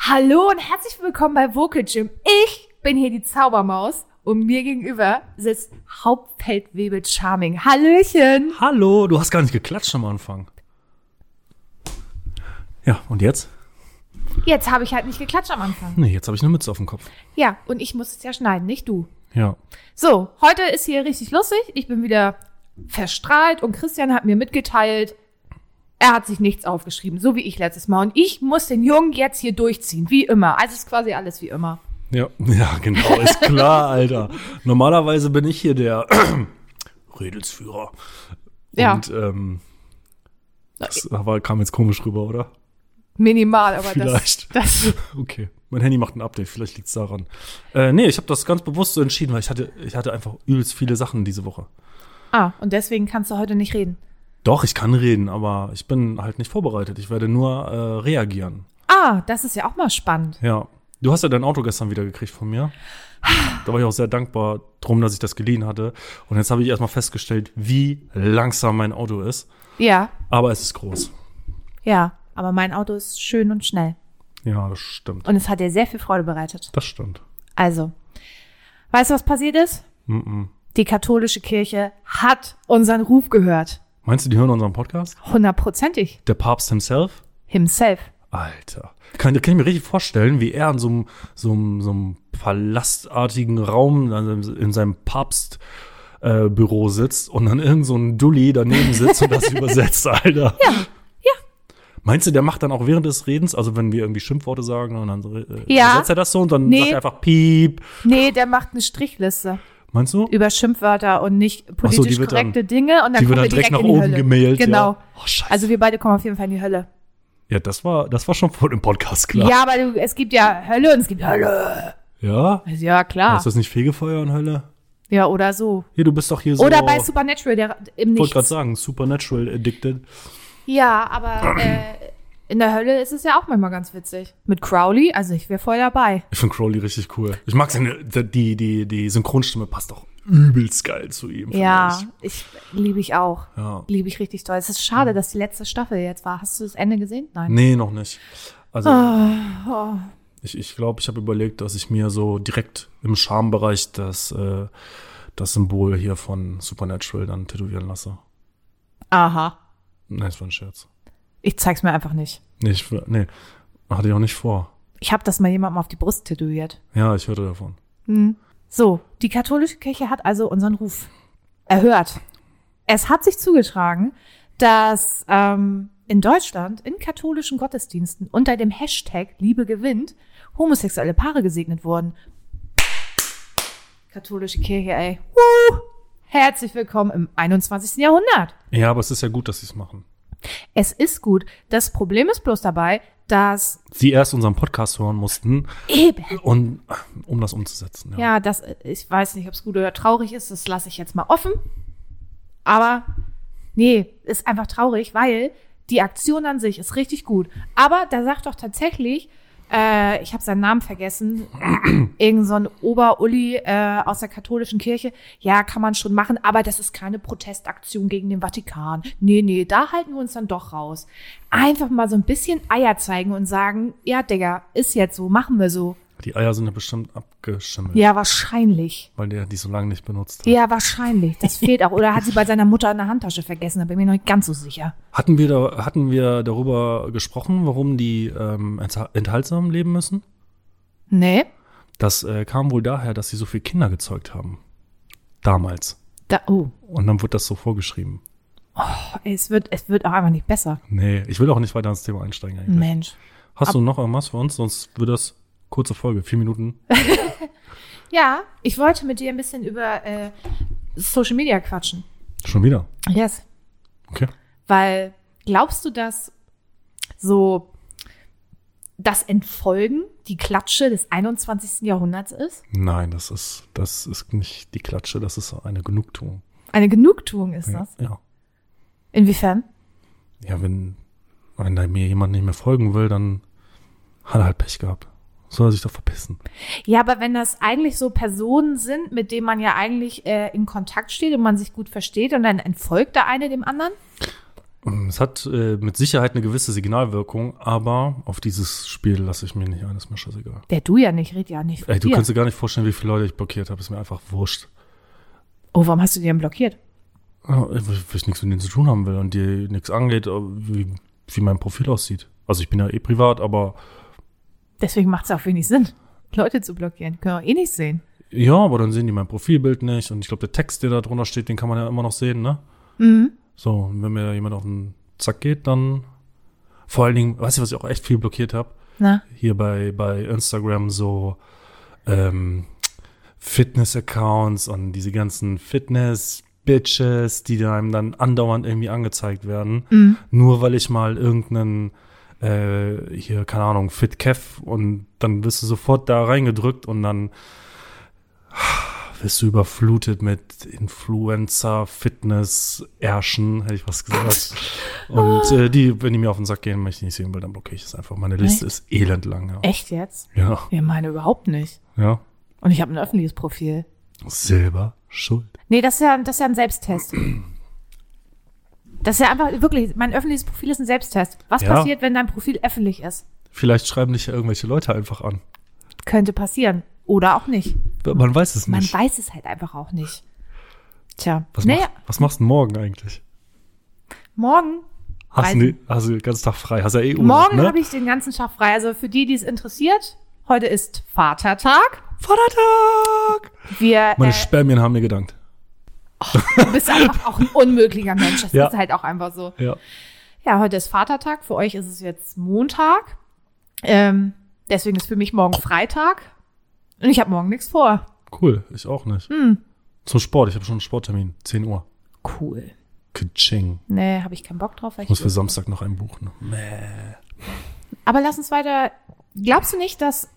Hallo und herzlich willkommen bei Vocal Gym. Ich bin hier die Zaubermaus und mir gegenüber sitzt Hauptfeldwebel Charming. Hallöchen. Hallo, du hast gar nicht geklatscht am Anfang. Ja, und jetzt? Jetzt habe ich halt nicht geklatscht am Anfang. Nee, jetzt habe ich eine Mütze auf dem Kopf. Ja, und ich muss es ja schneiden, nicht du. Ja. So, heute ist hier richtig lustig. Ich bin wieder verstrahlt und Christian hat mir mitgeteilt, er hat sich nichts aufgeschrieben, so wie ich letztes Mal. Und ich muss den Jungen jetzt hier durchziehen, wie immer. Also ist quasi alles wie immer. Ja, ja genau, ist klar, Alter. Normalerweise bin ich hier der Redelsführer. Ja. Und ähm, das war, kam jetzt komisch rüber, oder? Minimal, aber Vielleicht. das. das Okay. Mein Handy macht ein Update, vielleicht liegt's daran. Äh, nee, ich habe das ganz bewusst so entschieden, weil ich hatte, ich hatte einfach übelst viele Sachen diese Woche. ah, und deswegen kannst du heute nicht reden. Doch, ich kann reden, aber ich bin halt nicht vorbereitet. Ich werde nur äh, reagieren. Ah, das ist ja auch mal spannend. Ja. Du hast ja dein Auto gestern wieder gekriegt von mir. Da war ich auch sehr dankbar drum, dass ich das geliehen hatte. Und jetzt habe ich erstmal festgestellt, wie langsam mein Auto ist. Ja, Aber es ist groß. ja. Aber mein Auto ist schön und schnell. Ja, das stimmt. Und es hat dir sehr viel Freude bereitet. Das stimmt. Also, weißt du, was passiert ist? Mm-mm. Die katholische Kirche hat unseren Ruf gehört. Meinst du, die hören unseren Podcast? Hundertprozentig. Der Papst himself? Himself. Alter. Kann, kann ich mir richtig vorstellen, wie er in so einem, so einem, so einem palastartigen Raum also in seinem Papst. äh, Büro sitzt und dann irgend so ein Dulli daneben sitzt und das übersetzt, Alter. Ja, ja. Meinst du, der macht dann auch während des Redens, also wenn wir irgendwie Schimpfworte sagen und dann äh, Ja. übersetzt er das so und dann Nee. sagt er einfach Piep. Nee, der macht eine Strichliste Meinst du? über Schimpfwörter und nicht so, politisch die wird dann- korrekte Dinge und dann die kommen wird dann wir direkt direkt nach in die oben Hölle. gemailt. Genau. Ja. Oh, scheiße. Also wir beide kommen auf jeden Fall in die Hölle. ja, das war, das war schon vor dem Podcast klar. Ja, aber du, es gibt ja Hölle und es gibt Hölle. Ja? Also ja, klar. Ist das nicht Fegefeuer in Hölle? Ja, oder so. Hier, du bist doch hier so. Oder bei Supernatural, der im wollte gerade Nichts. sagen, Supernatural Addicted. Ja, aber äh, in der Hölle ist es ja auch manchmal ganz witzig. Mit Crowley, also ich wäre voll dabei. Ich finde Crowley richtig cool. Ich mag seine, die, die, die Synchronstimme passt doch übelst geil zu ihm. finde Ja, ich ich. liebe ich auch. Ja. Liebe ich richtig toll. Es ist schade, dass die letzte Staffel jetzt war. Hast du das Ende gesehen? Nein. Nee, noch nicht. Also Ah. Oh. ich ich, glaube, ich habe überlegt, dass ich mir so direkt im Schambereich das, äh, das Symbol hier von Supernatural dann tätowieren lasse. Aha. Nein, das war ein Scherz. Ich zeig's mir einfach nicht. Nee, ich, nee, hatte ich auch nicht vor. Ich habe das mal jemandem auf die Brust tätowiert. Ja, ich hörte davon. So, die katholische Kirche hat also unseren Ruf erhört. Es hat sich zugetragen, dass ähm, in Deutschland in katholischen Gottesdiensten unter dem Hashtag Liebe gewinnt homosexuelle Paare gesegnet wurden. Katholische Kirche, ey. Huh. Herzlich willkommen im 21. Jahrhundert. Ja, aber es ist ja gut, dass sie es machen. Es ist gut. Das Problem ist bloß dabei, dass Sie erst unseren Podcast hören mussten, eben und, um das umzusetzen. Ja. Ja, das, ich weiß nicht, ob es gut oder traurig ist, das lasse ich jetzt mal offen. Aber nee, ist einfach traurig, weil die Aktion an sich ist richtig gut. Aber da sagt doch tatsächlich, äh, ich habe seinen Namen vergessen, irgend so ein Oberulli äh, aus der katholischen Kirche, ja, kann man schon machen, aber das ist keine Protestaktion gegen den Vatikan. Nee, nee, da halten wir uns dann doch raus. Einfach mal so ein bisschen Eier zeigen und sagen, ja, Digga, ist jetzt so, machen wir so. Die Eier sind ja bestimmt abgeschimmelt, Ja, wahrscheinlich. weil der die so lange nicht benutzt hat. Ja, wahrscheinlich. Das fehlt auch. Oder hat sie bei seiner Mutter in der Handtasche vergessen? Da bin ich mir noch nicht ganz so sicher. Hatten wir, da, hatten wir darüber gesprochen, warum die ähm, entha- enthaltsam leben müssen? Nee. Das äh, kam wohl daher, dass sie so viele Kinder gezeugt haben. Damals. Da, oh, Und dann wurde das so vorgeschrieben. es wird, es wird auch einfach nicht besser. Nee, ich will auch nicht weiter ins Thema einsteigen eigentlich. Mensch. Hast du noch irgendwas für uns? Sonst wird das kurze Folge, vier Minuten. Ja, ich wollte mit dir ein bisschen über äh, Social Media quatschen. Schon wieder. Yes. Okay. Weil glaubst du, dass so das Entfolgen die Klatsche des 21. Jahrhunderts ist? Nein, das ist, das ist nicht die Klatsche, das ist eine Genugtuung. Eine Genugtuung ist Ja, das. ja. Inwiefern? ja wenn, wenn da mir jemand nicht mehr folgen will, dann hat er halt Pech gehabt. Soll er sich doch verpissen. Ja, aber wenn das eigentlich so Personen sind, mit denen man ja eigentlich äh, in Kontakt steht und man sich gut versteht und dann entfolgt der eine dem anderen. Es hat äh, mit Sicherheit eine gewisse Signalwirkung, aber auf dieses Spiel lasse ich mir nicht ein, ist mir scheißegal. Der du ja nicht, red ja nicht von Ey, du dir. kannst dir gar nicht vorstellen, wie viele Leute ich blockiert habe, ist mir einfach wurscht. Oh, warum hast du die denn blockiert? Ja, Weil ich nichts mit denen zu tun haben will und dir nichts angeht, äh, wie, wie mein Profil aussieht. Also ich bin ja eh privat, aber Deswegen macht es auch wenig Sinn, Leute zu blockieren. Können wir eh nicht sehen. ja, aber dann sehen die mein Profilbild nicht und ich glaube, der Text, der da drunter steht, den kann man ja immer noch sehen, ne? Mhm. So, und wenn mir da jemand auf den Zack geht, dann vor allen Dingen, weißt du, was ich auch echt viel blockiert habe? Na, hier bei, bei Instagram so ähm, Fitness-Accounts und diese ganzen Fitness-Bitches, die einem dann andauernd irgendwie angezeigt werden. Mhm. Nur weil ich mal irgendeinen, äh, hier, keine Ahnung, FitCaf und dann wirst du sofort da reingedrückt und dann wirst du überflutet mit Influencer, Fitness, Ärschen, hätte ich was gesagt. Und äh, die, wenn die mir auf den Sack gehen, möchte ich nicht sehen, weil dann blockiere ich das einfach. Meine Liste ist elendlang. Ja. echt jetzt? ja, Wir meinen überhaupt nicht. ja. Und ich habe ein öffentliches Profil. Silber, Schuld. Nee, das ist ja, das ist ja ein Selbsttest. Das ist ja einfach wirklich, mein öffentliches Profil ist ein Selbsttest. Was Ja. passiert, wenn dein Profil öffentlich ist? Vielleicht schreiben dich ja irgendwelche Leute einfach an. Könnte passieren. Oder auch nicht. Man weiß es Man nicht. weiß es halt einfach auch nicht. Tja. was, naja, machst, was machst du morgen eigentlich? morgen. Hast Reisen. du, die- hast du den ganzen Tag frei? Hast ja eh Urlaub, Morgen ne? habe ich den ganzen Tag frei. Also für die, die es interessiert, heute ist Vatertag. Vatertag! Wir Meine äh, Spermien haben mir gedankt. du bist einfach auch ein unmöglicher Mensch. Das Ja. ist halt auch einfach so. Ja. Ja, heute ist Vatertag. Für euch ist es jetzt Montag. Ähm, deswegen ist für mich morgen Freitag. Und ich habe morgen nichts vor. Cool, ich auch nicht. Zum Sport, ich habe schon einen Sporttermin. 10 Uhr. Cool. Kitsching. Nee, habe ich keinen Bock drauf. weil Ich muss Ich für Samstag noch ein buchen. Aber lass uns weiter. Glaubst du nicht, dass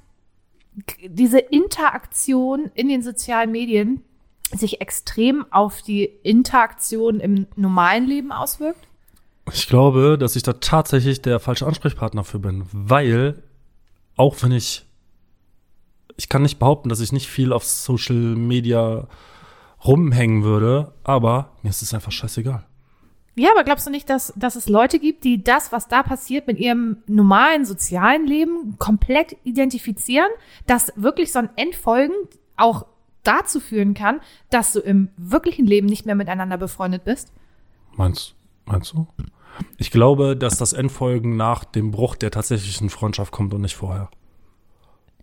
k- diese Interaktion in den sozialen Medien sich extrem auf die Interaktion im normalen Leben auswirkt? Ich glaube, dass ich da tatsächlich der falsche Ansprechpartner für bin, weil auch wenn ich ich kann nicht behaupten, dass ich nicht viel auf Social Media rumhängen würde, aber mir ist es einfach scheißegal. Ja, aber glaubst du nicht, dass, dass es Leute gibt, die das, was da passiert, mit ihrem normalen sozialen Leben komplett identifizieren, dass wirklich so ein Endfolgen auch dazu führen kann, dass du im wirklichen Leben nicht mehr miteinander befreundet bist? Meinst, meinst du? Ich glaube, dass das Endfolgen nach dem Bruch der tatsächlichen Freundschaft kommt und nicht vorher.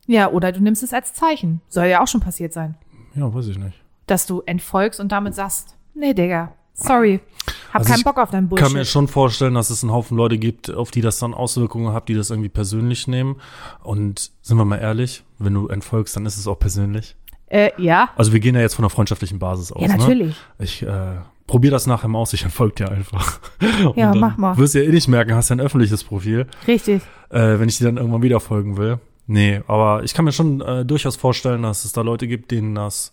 Ja, oder du nimmst es als Zeichen. Soll ja auch schon passiert sein. Ja, weiß ich nicht. dass du entfolgst und damit sagst, nee, Digga, sorry, hab Also keinen ich Bock auf deinen Ich kann mir Bullshit. schon vorstellen, dass es einen Haufen Leute gibt, auf die das dann Auswirkungen hat, die das irgendwie persönlich nehmen. Und sind wir mal ehrlich, wenn du entfolgst, dann ist es auch persönlich. Äh, ja, Also wir gehen ja jetzt von einer freundschaftlichen Basis aus. ja, natürlich. Ne? Ich äh, probier das nachher mal aus, ich entfolge dir einfach. Und Ja, dann mach mal. Wirst ja eh nicht merken, hast ja ein öffentliches Profil, Richtig. äh, wenn ich dir dann irgendwann wieder folgen will. Nee, aber ich kann mir schon äh, durchaus vorstellen, dass es da Leute gibt, denen das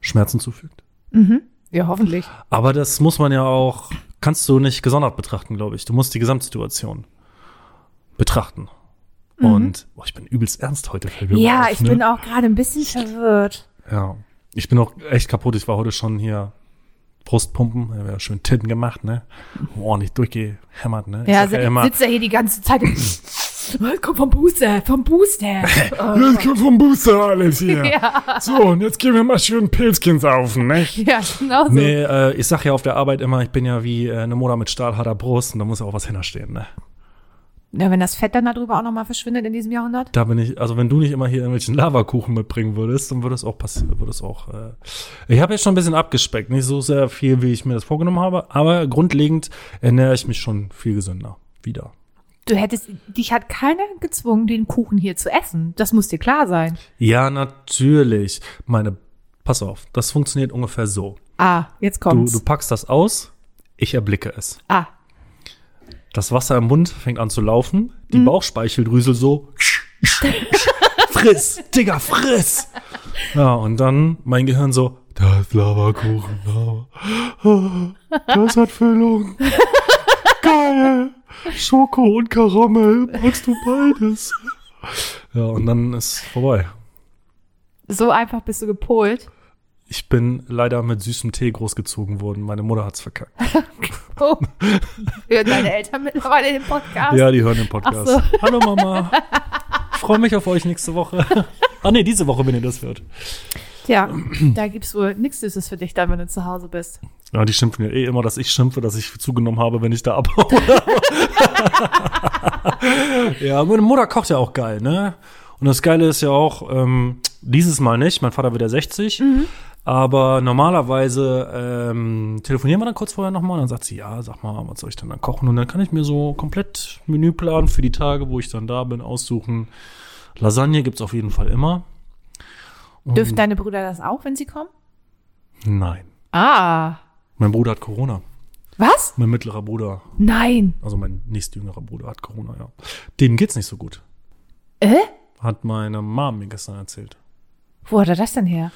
Schmerzen zufügt. Ja, hoffentlich. Aber das muss man ja auch, kannst du nicht gesondert betrachten, glaube ich. Du musst die Gesamtsituation betrachten. Und boah, ich bin übelst ernst heute. fällt mir Mhm. Ja, auf, ich ne? bin auch gerade ein bisschen verwirrt. Ja. Ich bin auch echt kaputt. Ich war heute schon hier Brustpumpen. Ja, wär schön Titten gemacht, ne? Ordentlich durchgehämmert, ne? Mhm. Ja, ich sag si- sitzt er hier die ganze Zeit. Komm vom Booster, vom Booster. ja, ich komm vom Booster alles hier. ja, So, und jetzt gehen wir mal schön Pilzchen saufen, ne? ja, genau so. Nee, äh, ich sag ja auf der Arbeit immer, ich bin ja wie äh, eine Moda mit stahlharter Brust und da muss ja auch was hinterstehen, ne? Ja, wenn das Fett dann darüber auch nochmal verschwindet in diesem Jahrhundert. Da bin ich, also wenn du nicht immer hier irgendwelchen Lavakuchen mitbringen würdest, dann würde es auch passieren, würde es auch. Äh ich habe jetzt schon ein bisschen abgespeckt, nicht so sehr viel, wie ich mir das vorgenommen habe, aber grundlegend ernähre ich mich schon viel gesünder wieder. Du hättest, dich hat keiner gezwungen, den Kuchen hier zu essen. Das muss dir klar sein. Ja, natürlich. Meine, pass auf, das funktioniert ungefähr so. Ah, jetzt Du, kommt's. du packst das aus, ich erblicke es. ah, Das Wasser im Mund fängt an zu laufen, die Bauchspeicheldrüse so. friss, Digga, friss! Ja, und dann mein Gehirn so, da ist Lavakuchen, Lava. Ah, Das hat Füllung. Geil! Schoko und Karamell, magst du beides? Ja, und dann ist vorbei. so einfach bist du gepolt. Ich bin leider mit süßem Tee großgezogen worden. Meine Mutter hat's verkackt. Oh. Hören deine Eltern mittlerweile den Podcast? Ja, die hören den Podcast. Ach Hallo Mama. Ich freue mich auf euch nächste Woche. Ah nee, diese Woche, wenn ihr das hört. Tja, da gibt's wohl nichts Süßes für dich dann, wenn du zu Hause bist. Ja, die schimpfen ja eh immer, dass ich schimpfe, dass ich zugenommen habe, wenn ich da abhaue. ja, meine Mutter kocht ja auch geil, ne? Und das Geile ist ja auch, ähm, dieses Mal nicht, mein Vater wird ja 60, aber normalerweise ähm, telefonieren wir dann kurz vorher nochmal und dann sagt sie, ja, sag mal, was soll ich denn dann kochen? Und dann kann ich mir so komplett Menüplan für die Tage, wo ich dann da bin, aussuchen. Lasagne gibt's auf jeden Fall immer. Dürfen deine Brüder das auch, wenn sie kommen? Nein. Ah. Mein Bruder hat Corona. Was? Mein mittlerer Bruder Nein. Also mein nächstjüngerer Bruder hat Corona, ja. Dem geht's nicht so gut. Äh? Hat meine Mom mir gestern erzählt. Wo hat er das denn her?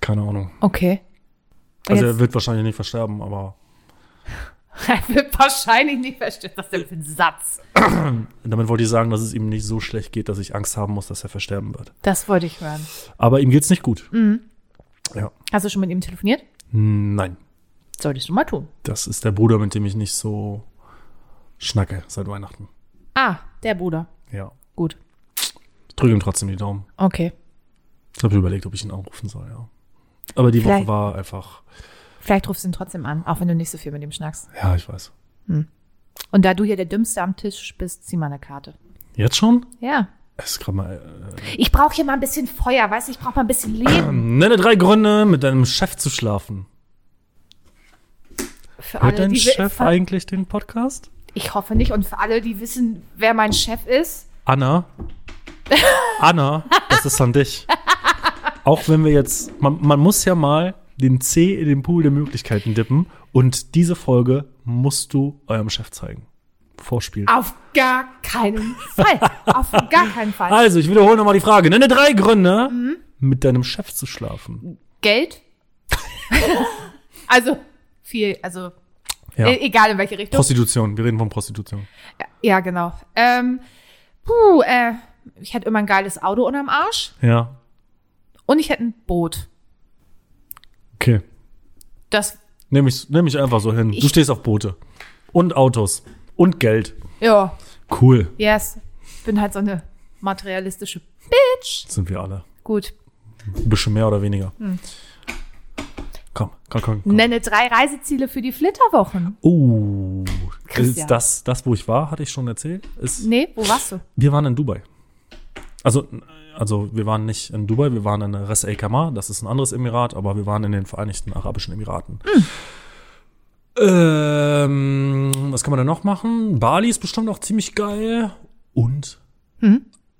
Keine Ahnung. Okay. Also Jetzt- er wird wahrscheinlich nicht versterben, aber Er wird wahrscheinlich nicht verstehen, was denn für ein Satz. damit wollte ich sagen, dass es ihm nicht so schlecht geht, dass ich Angst haben muss, dass er versterben wird. Das wollte ich hören. Aber ihm geht's nicht gut. Ja. Hast du schon mit ihm telefoniert? Hm. Nein. Solltest du mal tun. Das ist der Bruder, mit dem ich nicht so schnacke seit Weihnachten. Ah, der Bruder. Ja. Gut. Ich drücke ihm trotzdem die Daumen. Okay. Ich habe überlegt, ob ich ihn anrufen soll, ja. Aber die Vielleicht- Woche war einfach. Vielleicht rufst du ihn trotzdem an, auch wenn du nicht so viel mit ihm schnackst. Ja, ich weiß. Und da du hier der Dümmste am Tisch bist, zieh mal eine Karte. Jetzt schon? Ja. Es ist gerade mal. Äh, Ich brauche hier mal ein bisschen Feuer, weißt du? Ich brauche mal ein bisschen Leben. ähm, Nenne drei Gründe, mit deinem Chef zu schlafen. Für Hört dein die wi- Chef ver- eigentlich den Podcast? Ich hoffe nicht. Und für alle, die wissen, wer mein Chef ist. Anna. Anna, das ist an dich. Auch wenn wir jetzt, man, man muss ja mal den C in den Pool der Möglichkeiten dippen und diese Folge musst du eurem Chef zeigen. Vorspielen. Auf gar keinen Fall. Auf gar keinen Fall. Also, ich wiederhole nochmal die Frage. Nenne drei Gründe, mit deinem Chef zu schlafen. Geld. also viel, also Ja. e- egal in welche Richtung. Prostitution, wir reden von Prostitution. ja, genau. Ähm, puh, äh, ich hätte immer ein geiles Auto unterm Arsch Ja, und ich hätte ein Boot. okay. Das, Nehme ich, nehm ich einfach so hin. du Ich- stehst auf Boote. Und Autos. Und Geld. ja, Cool. yes. Ich bin halt so eine materialistische Bitch. Sind wir alle. Gut. Ein bisschen mehr oder weniger. Komm, komm, komm. komm. Nenne drei Reiseziele für die Flitterwochen. Oh. Christian. Ist das, das, wo ich war, hatte ich schon erzählt? Ist, Nee, wo warst du? Wir waren in Dubai. Also, also, wir waren nicht in Dubai, wir waren in Ras El Khaimah, das ist ein anderes Emirat, aber wir waren in den Vereinigten Arabischen Emiraten. Ähm, was kann man da noch machen? Bali ist bestimmt auch ziemlich geil. Und?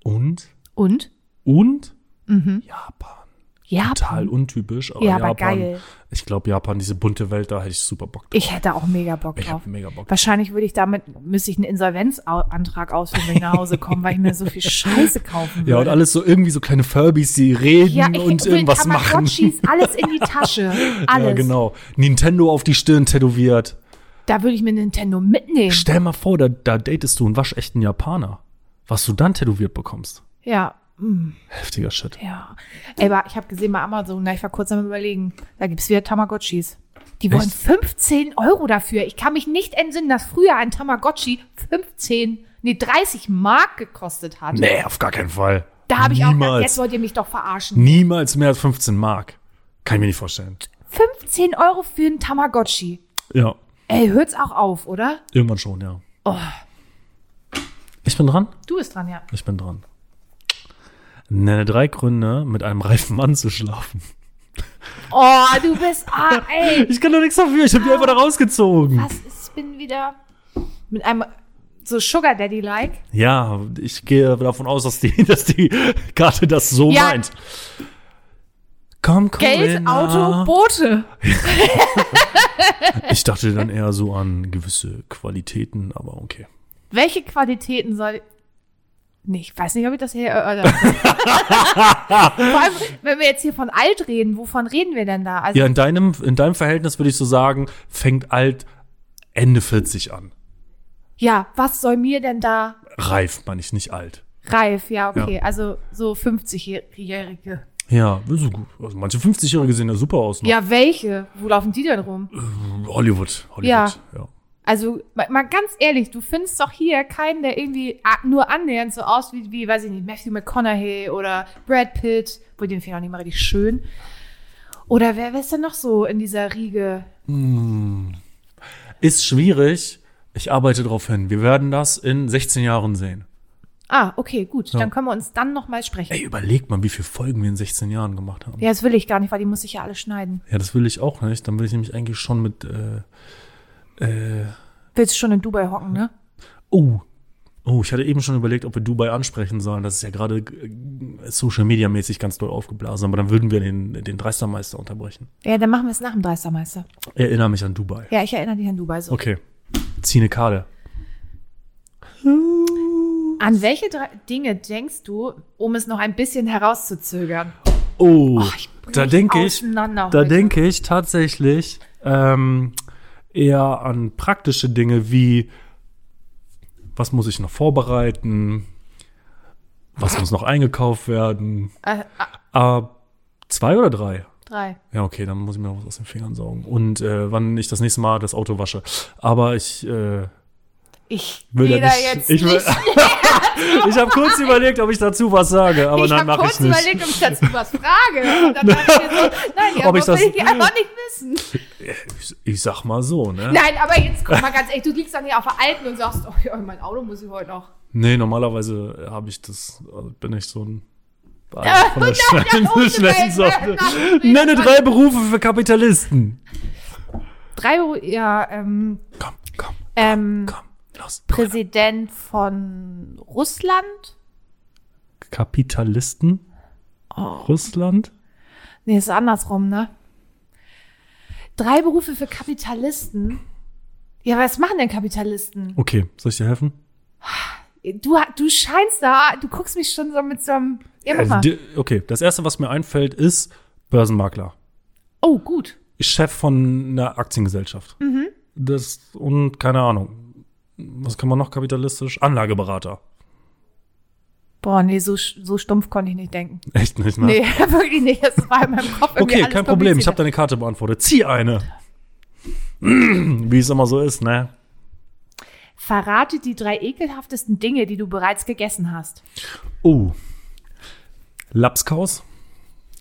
Und? Und? Und? Japan. Ja. Total untypisch, aber Mhm. Ja, aber Japan. geil. Ich glaube, Japan, diese bunte Welt, da hätte ich super Bock drauf. Ich hätte auch mega Bock Ich drauf. hab mega Bock. Wahrscheinlich würde ich damit, müsste ich einen Insolvenzantrag ausfüllen, wenn ich nach Hause komme, weil ich mir so viel Scheiße kaufen würde. Ja, und alles so irgendwie so kleine Furbies, die reden Ja, ich und will irgendwas machen. Tamagotchis, alles in die Tasche. Alles. Ja, genau. Nintendo auf die Stirn tätowiert. Da würde ich mir Nintendo mitnehmen. Stell mal vor, da, da datest du einen waschechten Japaner. Was du dann tätowiert bekommst. Ja, mm, Heftiger Shit. ja. Ey, aber ich habe gesehen bei Amazon, na, ich war kurz am überlegen, da gibt's wieder Tamagotchis. Die wollen Echt? 15 Euro dafür. Ich kann mich nicht entsinnen, dass früher ein Tamagotchi 15, nee, 30 Mark gekostet hat. Nee, auf gar keinen Fall. Da habe ich auch gedacht, jetzt Niemals. wollt ihr mich doch verarschen. Niemals mehr als 15 Mark. Kann ich mir nicht vorstellen. 15 Euro für einen Tamagotchi. Ja, Ey, hört's auch auf, oder? irgendwann schon, ja. Oh. Ich bin dran? Du bist dran, ja. Ich bin dran. Nenne drei Gründe, mit einem reifen Mann zu schlafen. Oh, du bist, ah, ey. Ich kann doch nichts dafür, ich habe die einfach da rausgezogen. Was? Ich bin wieder mit einem so Sugar Daddy-like. Ja, ich gehe davon aus, dass die, dass die Karte das so Ja. meint. Komm, komm. Geld, Auto, Boote. Ich dachte dann eher so an gewisse Qualitäten, aber okay. Welche Qualitäten soll. Nee, ich weiß nicht, ob ich das hier erörtert habe. Vor allem, wenn wir jetzt hier von alt reden, wovon reden wir denn da? Also, Ja, in deinem, in deinem Verhältnis würde ich so sagen, fängt alt Ende 40 an. ja, was soll mir denn da Reif meine ich, nicht alt. reif? Ja, okay. Also so 50-Jährige. Ja, so gut. Also manche 50-Jährige sehen ja super aus. noch. Ja, welche? Wo laufen die denn rum? Hollywood. Hollywood. Ja. ja. Also, mal, mal ganz ehrlich, du findest doch hier keinen, der irgendwie a- nur annähernd so aussieht wie, weiß ich nicht, Matthew McConaughey oder Brad Pitt. Wo den finde ich auch nicht mal richtig schön. Oder wer, wer ist denn noch so in dieser Riege? Ist schwierig. Ich arbeite darauf hin. Wir werden das in 16 Jahren sehen. Ah, okay, gut. Dann können wir uns dann nochmal sprechen. Ey, überleg mal, wie viele Folgen wir in 16 Jahren gemacht haben. Ja, Ja, das will ich gar nicht, weil die muss ich ja alle schneiden. das will ich auch nicht. Dann will ich nämlich eigentlich schon mit. Äh, äh, Willst schon in Dubai hocken, ne? oh. Oh, ich hatte eben schon überlegt, ob wir Dubai ansprechen sollen. Das ist ja gerade äh, Social Media mäßig ganz doll aufgeblasen, aber dann würden wir den, den Dreistermeister unterbrechen. Ja, dann machen wir es nach dem Dreistermeister. Erinnere mich an Dubai. Ja, ich erinnere dich an Dubai so. Okay. Zieh eine Karte. An welche drei Dinge denkst du, um es noch ein bisschen herauszuzögern? Oh, da mich denke ich, auseinander da heute. denke ich tatsächlich ähm, eher an praktische Dinge wie, was muss ich noch vorbereiten, was muss noch eingekauft werden. Äh, ah, Äh, zwei oder drei? drei. Ja, okay, dann muss ich mir noch was aus den Fingern saugen. Und äh, wann ich das nächste Mal das Auto wasche. Aber ich äh, Ich will geh ja da nicht. jetzt ich will- nicht. ich habe kurz überlegt, ob ich dazu was sage, aber ich nein, habe mache kurz ich nicht. überlegt, ob ich dazu was frage. Und dann dachte ich mir so, nein, ja, Ob aber ich will das- ich die einfach nicht wissen. Ich, ich sag mal so, ne? Nein, aber jetzt guck mal ganz ehrlich, du liegst dann hier auf der Alten und sagst, oh ja, mein Auto muss ich heute noch. Nee, normalerweise habe ich das, also bin ich so ein. und dann der rote Welt, Sorte. ne? Nenne drei Berufe für Kapitalisten. Drei, Beru- ja, ähm, Komm, komm, ähm, komm, los. Präsident von Russland? Kapitalisten? Oh. Russland? Nee, ist andersrum, ne? Drei Berufe für Kapitalisten? Ja, was machen denn Kapitalisten? Okay, soll ich dir helfen? Du, ha- du scheinst da, du guckst mich schon so mit so einem. Ja, mach Also, mal. di- okay, das erste, was mir einfällt, ist Börsenmakler. Oh, gut. Chef von einer Aktiengesellschaft. Mhm. Das und keine Ahnung. Was kann man noch kapitalistisch? Anlageberater. Boah, nee, so, sch- so stumpf konnte ich nicht denken. Echt nicht, ne? Nee, wirklich nicht. Das war in meinem Kopf irgendwie Okay, alles kein Problem. Ich habe komplizierter. deine Karte beantwortet. Zieh eine. Wie es immer so ist, ne? Verrate die drei ekelhaftesten Dinge, die du bereits gegessen hast. Oh. Lapskaus.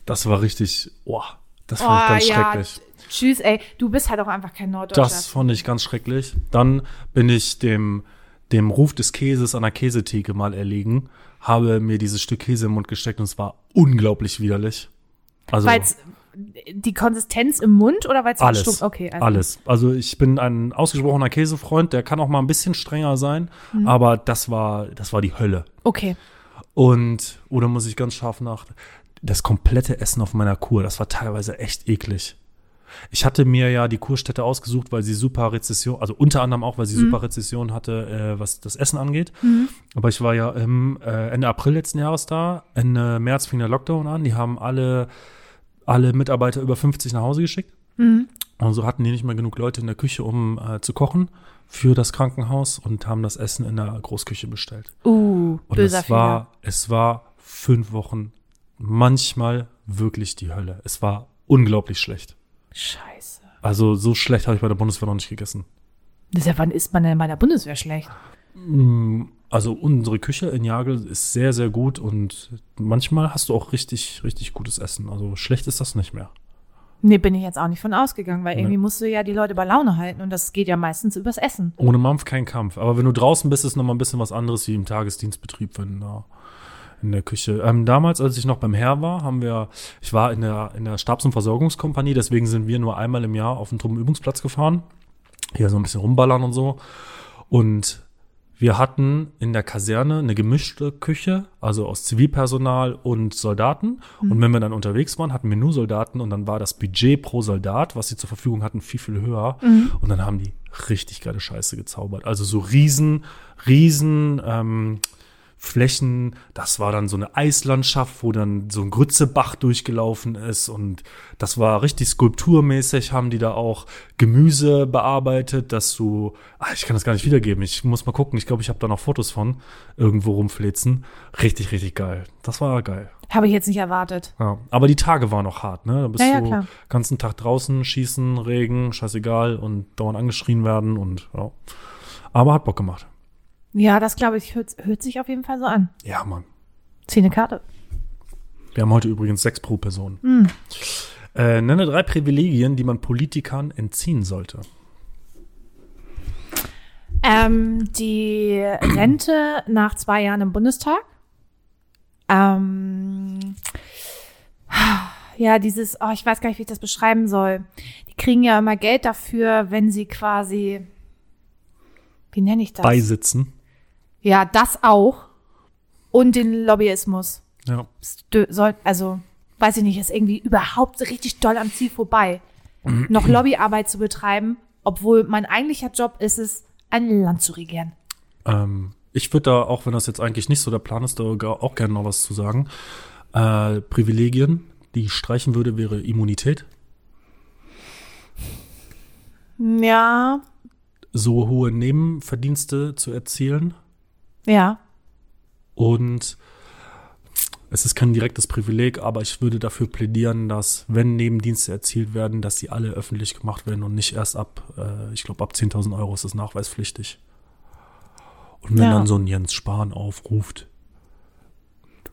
Das war richtig. Oh, das Ah, fand ich ganz schrecklich. t- Oh, Tschüss, ey. Du bist halt auch einfach kein Norddeutscher. Das fand ich ganz schrecklich. Dann bin ich dem, dem Ruf des Käses an der Käsetheke mal erlegen, habe mir dieses Stück Käse im Mund gesteckt und es war unglaublich widerlich. Also Weil's die Konsistenz im Mund oder weil es Alles. Okay, also. Alles. Also ich bin ein ausgesprochener Käsefreund, der kann auch mal ein bisschen strenger sein, Mhm. aber das war, das war die Hölle. Okay. Und, oder muss ich ganz scharf nach, das komplette Essen auf meiner Kur, das war teilweise echt eklig. Ich hatte mir ja die Kurstätte ausgesucht, weil sie super Rezession, also unter anderem auch, weil sie super Rezession hatte, äh, was das Essen angeht. Aber ich war ja im, äh, Ende April letzten Jahres da. Ende März fing der Lockdown an. Die haben alle, alle Mitarbeiter über 50 nach Hause geschickt. Und so hatten die nicht mehr genug Leute in der Küche, um äh, zu kochen für das Krankenhaus und haben das Essen in der Großküche bestellt. Uh, Und böser es war, es war fünf Wochen manchmal wirklich die Hölle. Es war unglaublich schlecht. Fehler. Scheiße. Also so schlecht habe ich bei der Bundeswehr noch nicht gegessen. Deshalb, wann ist man denn bei der Bundeswehr schlecht? Also unsere Küche in Jagel ist sehr, sehr gut und manchmal hast du auch richtig, richtig gutes Essen. Also schlecht ist das nicht mehr. Nee, bin ich jetzt auch nicht von ausgegangen, weil irgendwie musst du ja die Leute bei Laune halten und das geht ja meistens übers Essen. Ohne Mampf kein Kampf. Aber wenn du draußen bist, ist nochmal ein bisschen was anderes wie im Tagesdienstbetrieb, wenn da in der Küche. Ähm, damals, als ich noch beim Heer war, haben wir, ich war in der, in der Stabs- und Versorgungskompanie, deswegen sind wir nur einmal im Jahr auf den Truppenübungsplatz gefahren. Hier so ein bisschen rumballern und so. Und wir hatten in der Kaserne eine gemischte Küche, also aus Zivilpersonal und Soldaten. Und wenn wir dann unterwegs waren, hatten wir nur Soldaten und dann war das Budget pro Soldat, was sie zur Verfügung hatten, viel, viel höher. Und dann haben die richtig geile Scheiße gezaubert. Also so riesen, riesen ähm, Flächen. Das war dann so eine Eislandschaft, wo dann so ein Grützebach durchgelaufen ist und das war richtig skulpturmäßig, haben die da auch Gemüse bearbeitet, dass du, ah, ich kann das gar nicht wiedergeben, ich muss mal gucken, ich glaube, ich habe da noch Fotos von irgendwo rumflitzen. Richtig, richtig geil. Das war geil. Habe ich jetzt nicht erwartet. Ja, aber die Tage waren noch hart, ne? Da bist Ja, ja, du klar. ganzen Tag draußen, schießen, Regen, scheißegal und dauernd angeschrien werden und ja. Aber hat Bock gemacht. Ja, das glaube ich, hört, hört sich auf jeden Fall so an. Ja, Mann. Zieh eine Karte. Wir haben heute übrigens sechs pro Person. Äh, nenne drei Privilegien, die man Politikern entziehen sollte. Ähm, die Rente nach zwei Jahren im Bundestag. Ähm, ja, dieses, oh, ich weiß gar nicht, wie ich das beschreiben soll. Die kriegen ja immer Geld dafür, wenn sie quasi, wie nenne ich das? Beisitzen. Ja, das auch. Und den Lobbyismus. Ja. Stö- soll, also weiß ich nicht, ist irgendwie überhaupt so richtig doll am Ziel vorbei, noch Lobbyarbeit zu betreiben, obwohl mein eigentlicher Job ist es, ein Land zu regieren. Ähm, ich würde da, auch wenn das jetzt eigentlich nicht so der Plan ist, da ga- auch gerne noch was zu sagen. Äh, Privilegien, die ich streichen würde, wäre Immunität. Ja, So hohe Nebenverdienste zu erzielen. ja. Und es ist kein direktes Privileg, aber ich würde dafür plädieren, dass, wenn Nebendienste erzielt werden, dass sie alle öffentlich gemacht werden und nicht erst ab, äh, ich glaube, ab 10.000 Euro ist es nachweispflichtig. Und wenn Ja. dann so ein Jens Spahn aufruft,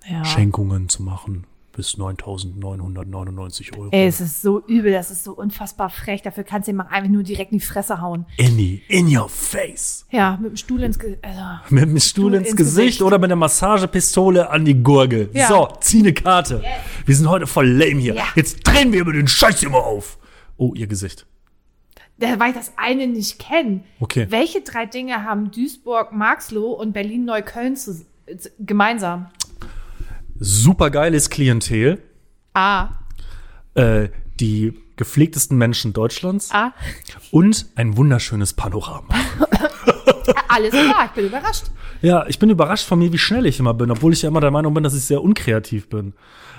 ja. Schenkungen zu machen bis 9.999 Euro. Ey, es ist so übel, das ist so unfassbar frech. Dafür kannst du ihm auch einfach nur direkt in die Fresse hauen. Annie, in your face. Ja, mit dem Stuhl ins Gesicht. Also, Mit dem Stuhl ins, ins Gesicht, Gesicht. oder mit der Massagepistole an die Gurgel. Ja. So, zieh eine Karte. Wir sind heute voll lame hier. Ja. Jetzt drehen wir über den Scheiß immer auf. Oh, ihr Gesicht. da- weil ich das eine nicht kenne. Okay. Welche drei Dinge haben Duisburg, Marxloh und Berlin-Neukölln zu- äh, zu- gemeinsam? Supergeiles Klientel. A. Äh, die gepflegtesten Menschen Deutschlands. A. Und ein wunderschönes Panorama. Alles klar, ich bin überrascht. Ja, ich bin überrascht von mir, wie schnell ich immer bin, obwohl ich ja immer der Meinung bin, dass ich sehr unkreativ bin.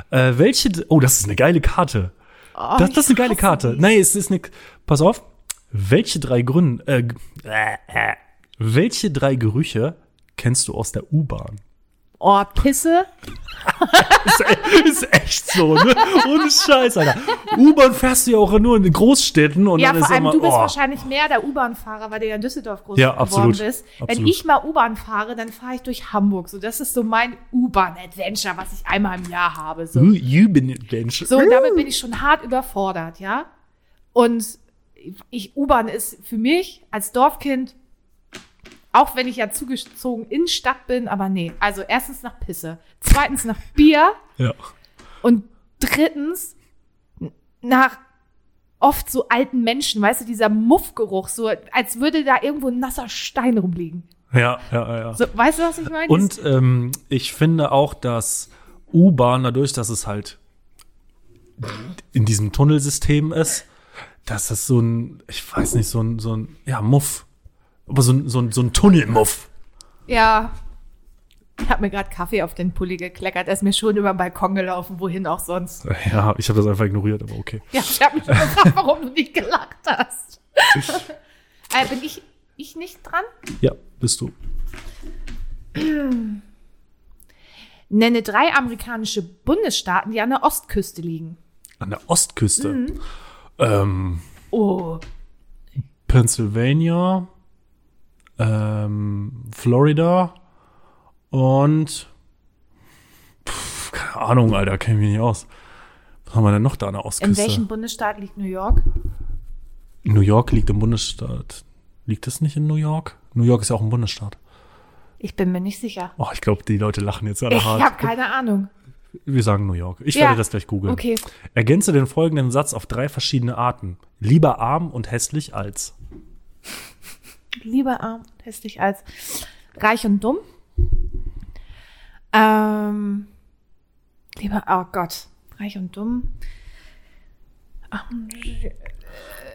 Äh, welche. d- Oh, das ist eine geile Karte. das, das ist eine geile Karte. Nee, es ist nix. Pass auf. Welche drei Gründe. Äh, g- äh, äh, welche drei Gerüche kennst du aus der U-Bahn? Oh, Pisse. Ist, e- ist echt so, ne? Ohne Scheiß, Alter. U-Bahn fährst du ja auch nur in Großstädten und Ja, dann vor ist allem, immer. du bist oh. wahrscheinlich mehr der U-Bahn-Fahrer, weil du ja in Düsseldorf groß Ja, geworden absolut. bist. Wenn Absolut. ich mal U-Bahn fahre, dann fahre ich durch Hamburg. So, das ist so mein U-Bahn-Adventure, was ich einmal im Jahr habe. So, U- U-Bahn-Adventure. so und damit bin ich schon hart überfordert, ja. Und ich, U-Bahn ist für mich als Dorfkind, auch wenn ich ja zugezogen in Stadt bin, aber nee. Also erstens nach Pisse, zweitens nach Bier. ja. Und drittens, n- nach oft so alten Menschen, weißt du, dieser Muffgeruch, so als würde da irgendwo ein nasser Stein rumliegen. ja, ja, ja. So, weißt du, was ich meine? Und ähm, ich finde auch, dass U-Bahn dadurch, dass es halt in diesem Tunnelsystem ist, dass das so ein, ich weiß nicht, so ein, so ein, ja, Muff. Aber so ein, so ein, so ein Tunnelmuff. ja. Ich habe mir gerade Kaffee auf den Pulli gekleckert, er ist mir schon über den Balkon gelaufen, wohin auch sonst. Ja, ich habe das einfach ignoriert, aber okay. Ja, ich habe mich schon gefragt, warum du nicht gelacht hast. äh, bin ich, ich nicht dran? Ja, bist du. Nenne drei amerikanische Bundesstaaten, die an der Ostküste liegen. An der Ostküste. Ähm, Oh, Pennsylvania, ähm, Florida und pf, keine Ahnung, Alter, kenne ich mich nicht aus. Was haben wir denn noch da an der in Ostküste? welchem Bundesstaat liegt New York? New York liegt im Bundesstaat. Liegt das nicht in New York? New York ist ja auch ein Bundesstaat. Ich bin mir nicht sicher. Oh, ich glaube, die Leute lachen jetzt alle Ich habe hart. keine Ahnung. Wir sagen New York. Ich Ja. werde das gleich googeln. Okay. Ergänze den folgenden Satz auf drei verschiedene Arten. Lieber arm und hässlich als. Lieber arm, und hässlich als reich und dumm. Ähm, lieber, oh Gott, reich und dumm. Mhm. Ähm,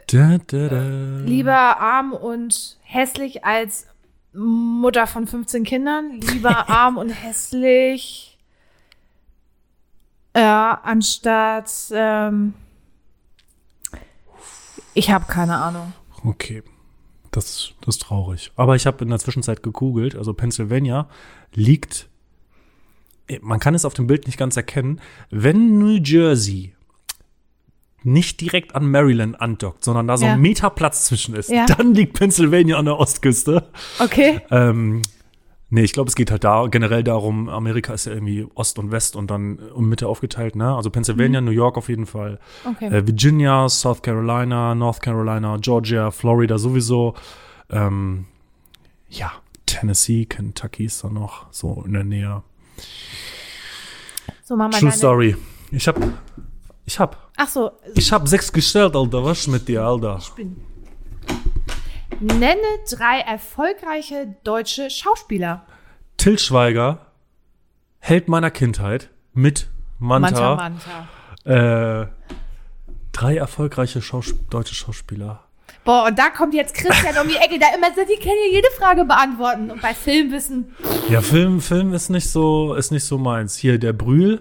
Da, da, da. Lieber arm und hässlich als Mutter von 15 Kindern, lieber arm und hässlich, äh, anstatt ähm, ich habe keine Ahnung. Okay. Das, das ist traurig. Aber ich habe in der Zwischenzeit gegoogelt, also Pennsylvania liegt, äh, man kann es auf dem Bild nicht ganz erkennen, wenn New Jersey nicht direkt an Maryland andockt, sondern da so Ja. ein Meter Platz zwischen ist, Ja. dann liegt Pennsylvania an der Ostküste. Okay. Ähm, nee, ich glaube, es geht halt da generell darum, Amerika ist ja irgendwie Ost und West und dann um Mitte aufgeteilt, ne? Also Pennsylvania, Mhm. New York auf jeden Fall. Okay. Äh, Virginia, South Carolina, North Carolina, Georgia, Florida sowieso. Ähm, ja, Tennessee, Kentucky ist da noch so in der Nähe. So, Mama, True deine. Story. Ich hab, ich hab, Ach so, ich hab sechs gestellt, Alter. Was ist mit dir, Alter? Spinnen. Nenne drei erfolgreiche deutsche Schauspieler. Till Schweiger, Held meiner Kindheit mit Manta. Manta. Äh, drei erfolgreiche Schaus deutsche Schauspieler. Boah, und da kommt jetzt Christian um die Ecke, da immer sagt, die können ja jede Frage beantworten. Und bei Filmwissen, Ja, Film, Film ist nicht so, ist nicht so meins. Hier der Brühl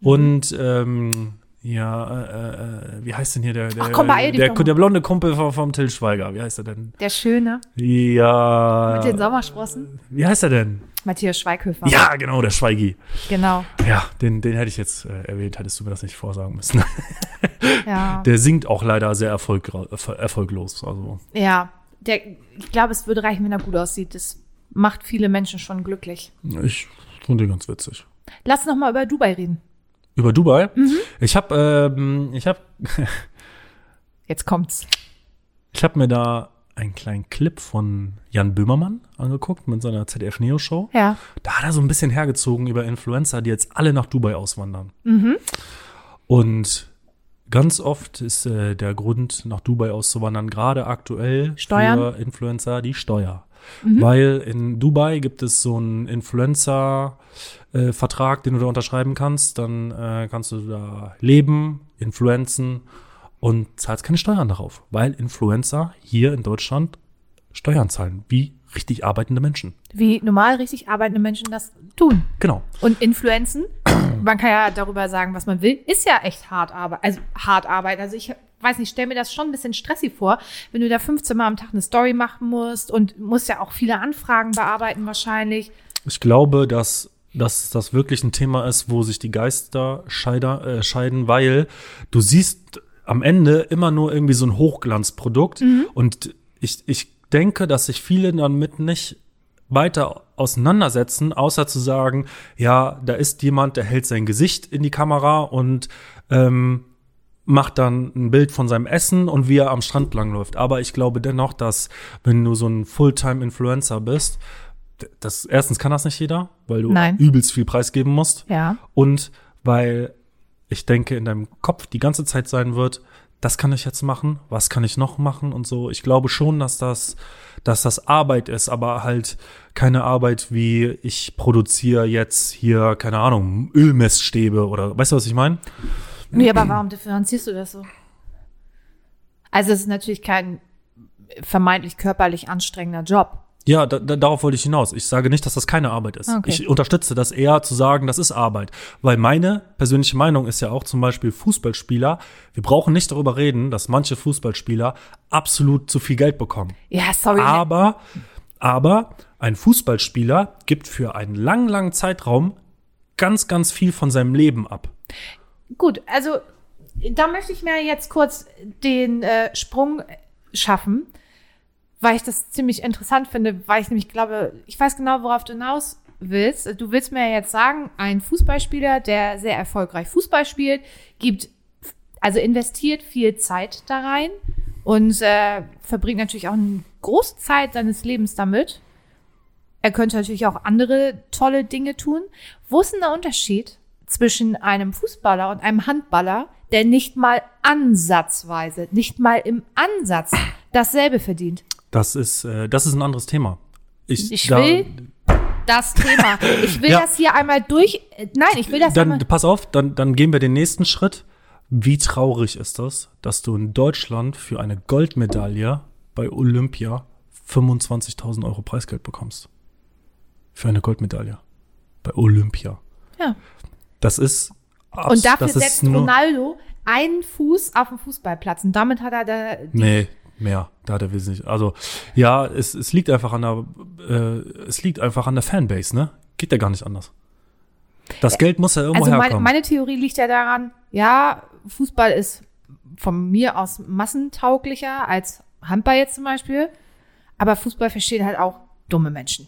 und ähm, ja, äh, äh, wie heißt denn hier der der, Ach, komm, beeil dich der, doch mal. der blonde Kumpel vom, vom Till Schweiger? Wie heißt er denn? der Schöne mit den Ja. Sommersprossen, Wie heißt er denn? Matthias Schweighöfer. Ja, genau, der Schweigi. Genau, Ja, den, den hätte ich jetzt äh, erwähnt, hättest du mir das nicht vorsagen müssen. ja. Der singt auch leider sehr erfolgre- erfol- erfolglos. Also ja, der, ich glaube, es würde reichen, wenn er gut aussieht. Das macht viele Menschen schon glücklich. ich finde den ganz witzig. Lass noch mal über Dubai reden. Über Dubai? Mhm. Ich habe ähm, ich hab, Jetzt kommt's. ich hab mir da einen kleinen Clip von Jan Böhmermann angeguckt mit seiner ZDF-Neo-Show. Ja, Da hat er so ein bisschen hergezogen über Influencer, die jetzt alle nach Dubai auswandern. Und ganz oft ist äh, der Grund, nach Dubai auszuwandern, gerade aktuell Steuern. für Influencer die Steuer. Weil in Dubai gibt es so einen Influencer-Vertrag, den du da unterschreiben kannst. Dann äh, kannst du da leben, influenzen und zahlst keine Steuern darauf. Weil Influencer hier in Deutschland Steuern zahlen, wie richtig arbeitende Menschen. wie normal richtig arbeitende Menschen das tun. Genau. Und Influenzen, man kann ja darüber sagen, was man will, ist ja echt hart Arbeit. Also hart Arbeit. Also ich weiß nicht, stell mir das schon ein bisschen stressig vor, wenn du da 15 Mal am Tag eine Story machen musst und musst ja auch viele Anfragen bearbeiten wahrscheinlich. Ich glaube, dass, dass das wirklich ein Thema ist, wo sich die Geister scheider, äh, scheiden, weil du siehst am Ende immer nur irgendwie so ein Hochglanzprodukt und ich, ich denke, dass sich viele damit nicht weiter auseinandersetzen, außer zu sagen, ja, da ist jemand, der hält sein Gesicht in die Kamera und ähm, macht dann ein Bild von seinem Essen und wie er am Strand langläuft. Aber ich glaube dennoch, dass wenn du so ein Fulltime-Influencer bist, das erstens kann das nicht jeder, weil du Nein. übelst viel preisgeben musst. Ja. Und weil ich denke, in deinem Kopf die ganze Zeit sein wird, das kann ich jetzt machen, was kann ich noch machen und so. Ich glaube schon, dass das, dass das Arbeit ist, aber halt keine Arbeit wie ich produziere jetzt hier, keine Ahnung, Ölmessstäbe oder weißt du, was ich meine? Nee, aber warum differenzierst du das so? Also es ist natürlich kein vermeintlich körperlich anstrengender Job. Ja, da, da, darauf wollte ich hinaus. Ich sage nicht, dass das keine Arbeit ist. Okay. Ich unterstütze das eher zu sagen, das ist Arbeit. Weil meine persönliche Meinung ist ja auch zum Beispiel Fußballspieler, wir brauchen nicht darüber reden, dass manche Fußballspieler absolut zu viel Geld bekommen. Ja, sorry. Aber, aber ein Fußballspieler gibt für einen langen, langen Zeitraum ganz, ganz viel von seinem Leben ab. Gut, also da möchte ich mir jetzt kurz den äh, Sprung schaffen, weil ich das ziemlich interessant finde, weil ich nämlich glaube, ich weiß genau, worauf du hinaus willst. Du willst mir jetzt sagen, ein Fußballspieler, der sehr erfolgreich Fußball spielt, gibt, also investiert viel Zeit da rein und äh, verbringt natürlich auch eine große Zeit seines Lebens damit. Er könnte natürlich auch andere tolle Dinge tun. Wo ist denn der Unterschied zwischen einem Fußballer und einem Handballer, der nicht mal ansatzweise, nicht mal im Ansatz dasselbe verdient? Das ist, äh, das ist ein anderes Thema. Ich, Ich da- will das Thema. Ich will Ja. das hier einmal durch. äh, Nein, ich will das dann einmal. pass auf, dann, dann gehen wir den nächsten Schritt. Wie traurig ist das, dass du in Deutschland für eine Goldmedaille bei Olympia 25.000 Euro Preisgeld bekommst. Für eine Goldmedaille. Bei Olympia. Ja. Das ist. abs- Und dafür das ist setzt nur- Ronaldo einen Fuß auf den Fußballplatz. Und damit hat er da Nee, mehr. Da hat er wesentlich. Also, ja, es, es liegt einfach an der, äh, es liegt einfach an der Fanbase, ne? Geht ja gar nicht anders. Das Geld muss ja irgendwo Also meine, herkommen. meine Theorie liegt ja daran, ja, Fußball ist von mir aus massentauglicher als Handball jetzt zum Beispiel. Aber Fußball verstehen halt auch dumme Menschen.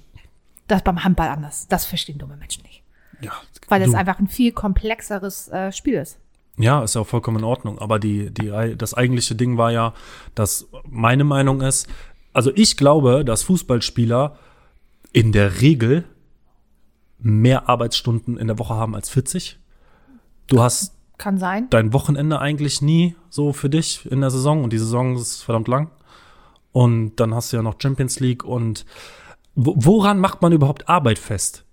Das beim Handball anders. Das verstehen dumme Menschen nicht. ja, Weil das du- einfach ein viel komplexeres äh, Spiel ist. Ja, ist ja auch vollkommen in Ordnung. Aber die, die, das eigentliche Ding war ja, dass meine Meinung ist, also ich glaube, dass Fußballspieler in der Regel mehr Arbeitsstunden in der Woche haben als 40. Du hast Kann sein. dein Wochenende eigentlich nie so für dich in der Saison und die Saison ist verdammt lang. Und dann hast du ja noch Champions League und wo- woran macht man überhaupt Arbeit fest?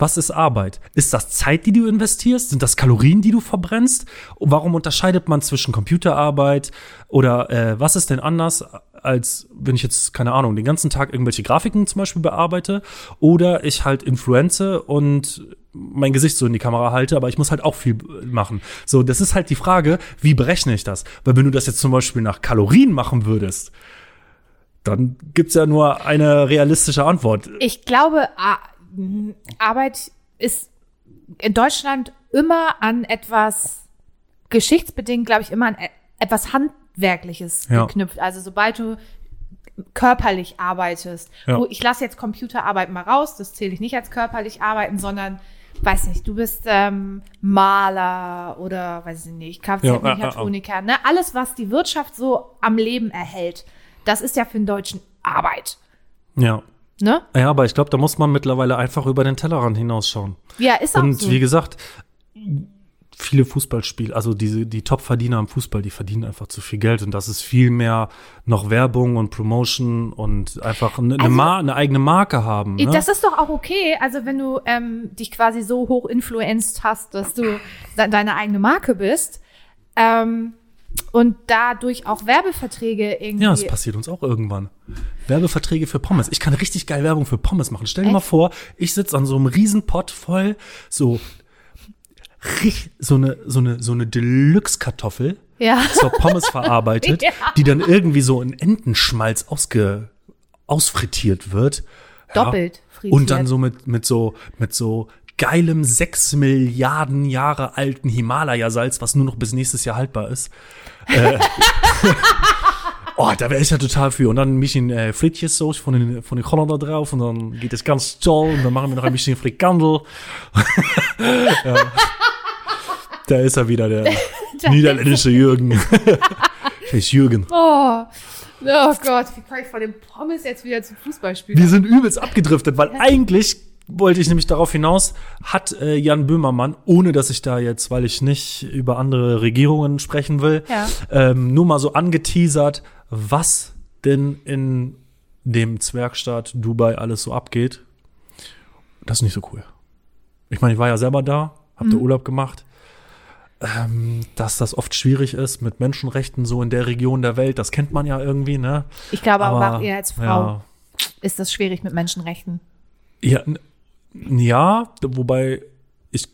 Was ist Arbeit? Ist das Zeit, die du investierst? Sind das Kalorien, die du verbrennst? Warum unterscheidet man zwischen Computerarbeit oder äh, was ist denn anders, als wenn ich jetzt, keine Ahnung, den ganzen Tag irgendwelche Grafiken zum Beispiel bearbeite oder ich halt influenze und mein Gesicht so in die Kamera halte, aber ich muss halt auch viel äh, machen. So, das ist halt die Frage, wie berechne ich das? Weil wenn du das jetzt zum Beispiel nach Kalorien machen würdest, dann gibt's ja nur eine realistische Antwort. Ich glaube, A- m, Arbeit ist in Deutschland immer an etwas geschichtsbedingt, glaube ich, immer an e- etwas Handwerkliches Ja. geknüpft. Also sobald du körperlich arbeitest, Ja. wo ich lasse jetzt Computerarbeit mal raus, das zähle ich nicht als körperlich arbeiten, sondern weiß nicht, du bist ähm, Maler oder weiß ich nicht, Ja, ja, äh, ja, ja. Kfz-Mechatroniker, ne? alles, was die Wirtschaft so am Leben erhält, das ist ja für den Deutschen Arbeit, Ja. ne? Ja, aber ich glaube, da muss man mittlerweile einfach über den Tellerrand hinausschauen. Ja, ist auch Und so. wie gesagt, viele Fußballspiele, also diese, die Top-Verdiener am Fußball, die verdienen einfach zu viel Geld und das ist viel mehr noch Werbung und Promotion und einfach eine, eine, Also- Mar eine eigene Marke haben. Ne? Das ist doch auch okay, also wenn du ähm, dich quasi so hoch influenced hast, dass du de deine eigene Marke bist ähm, und dadurch auch Werbeverträge irgendwie. ja, das passiert uns auch irgendwann. Werbeverträge für Pommes. Ich kann richtig geil Werbung für Pommes machen. Stell dir Echt? mal vor, ich sitze an so einem Riesenpott voll so rich- so eine so eine so eine Deluxe Kartoffel ja. zur Pommes verarbeitet, Ja. die dann irgendwie so in Entenschmalz ausge, ausfrittiert wird. Doppelt frittiert. Und dann so mit, mit so, mit so geilem sechs Milliarden Jahre alten Himalaya-Salz, was nur noch bis nächstes Jahr haltbar ist. Äh, oh, da wäre ich ja total für. Und dann ein bisschen äh, Frittjessoos von den, von den Holländer drauf und dann geht es ganz toll und dann machen wir noch ein bisschen Frikandel. Ja. Da ist er wieder, der niederländische Jürgen. Der ist Jürgen. Oh, oh Gott, wie komme ich von dem Pommes jetzt wieder zum Fußballspiel? Wir sind übelst abgedriftet, weil eigentlich wollte ich nämlich darauf hinaus, hat äh, Jan Böhmermann, ohne dass ich da jetzt, weil ich nicht über andere Regierungen sprechen will, Ja. ähm, nur mal so angeteasert, was denn in dem Zwergstaat Dubai alles so abgeht. Das ist nicht so cool. Ich meine, ich war ja selber da, hab Mhm. da Urlaub gemacht. Ähm, dass das oft schwierig ist mit Menschenrechten so in der Region der Welt, das kennt man ja irgendwie, ne? Ich glaube aber, Aber, auch ihr als Frau ja. ist das schwierig mit Menschenrechten. Ja, n- ja d- wobei ich,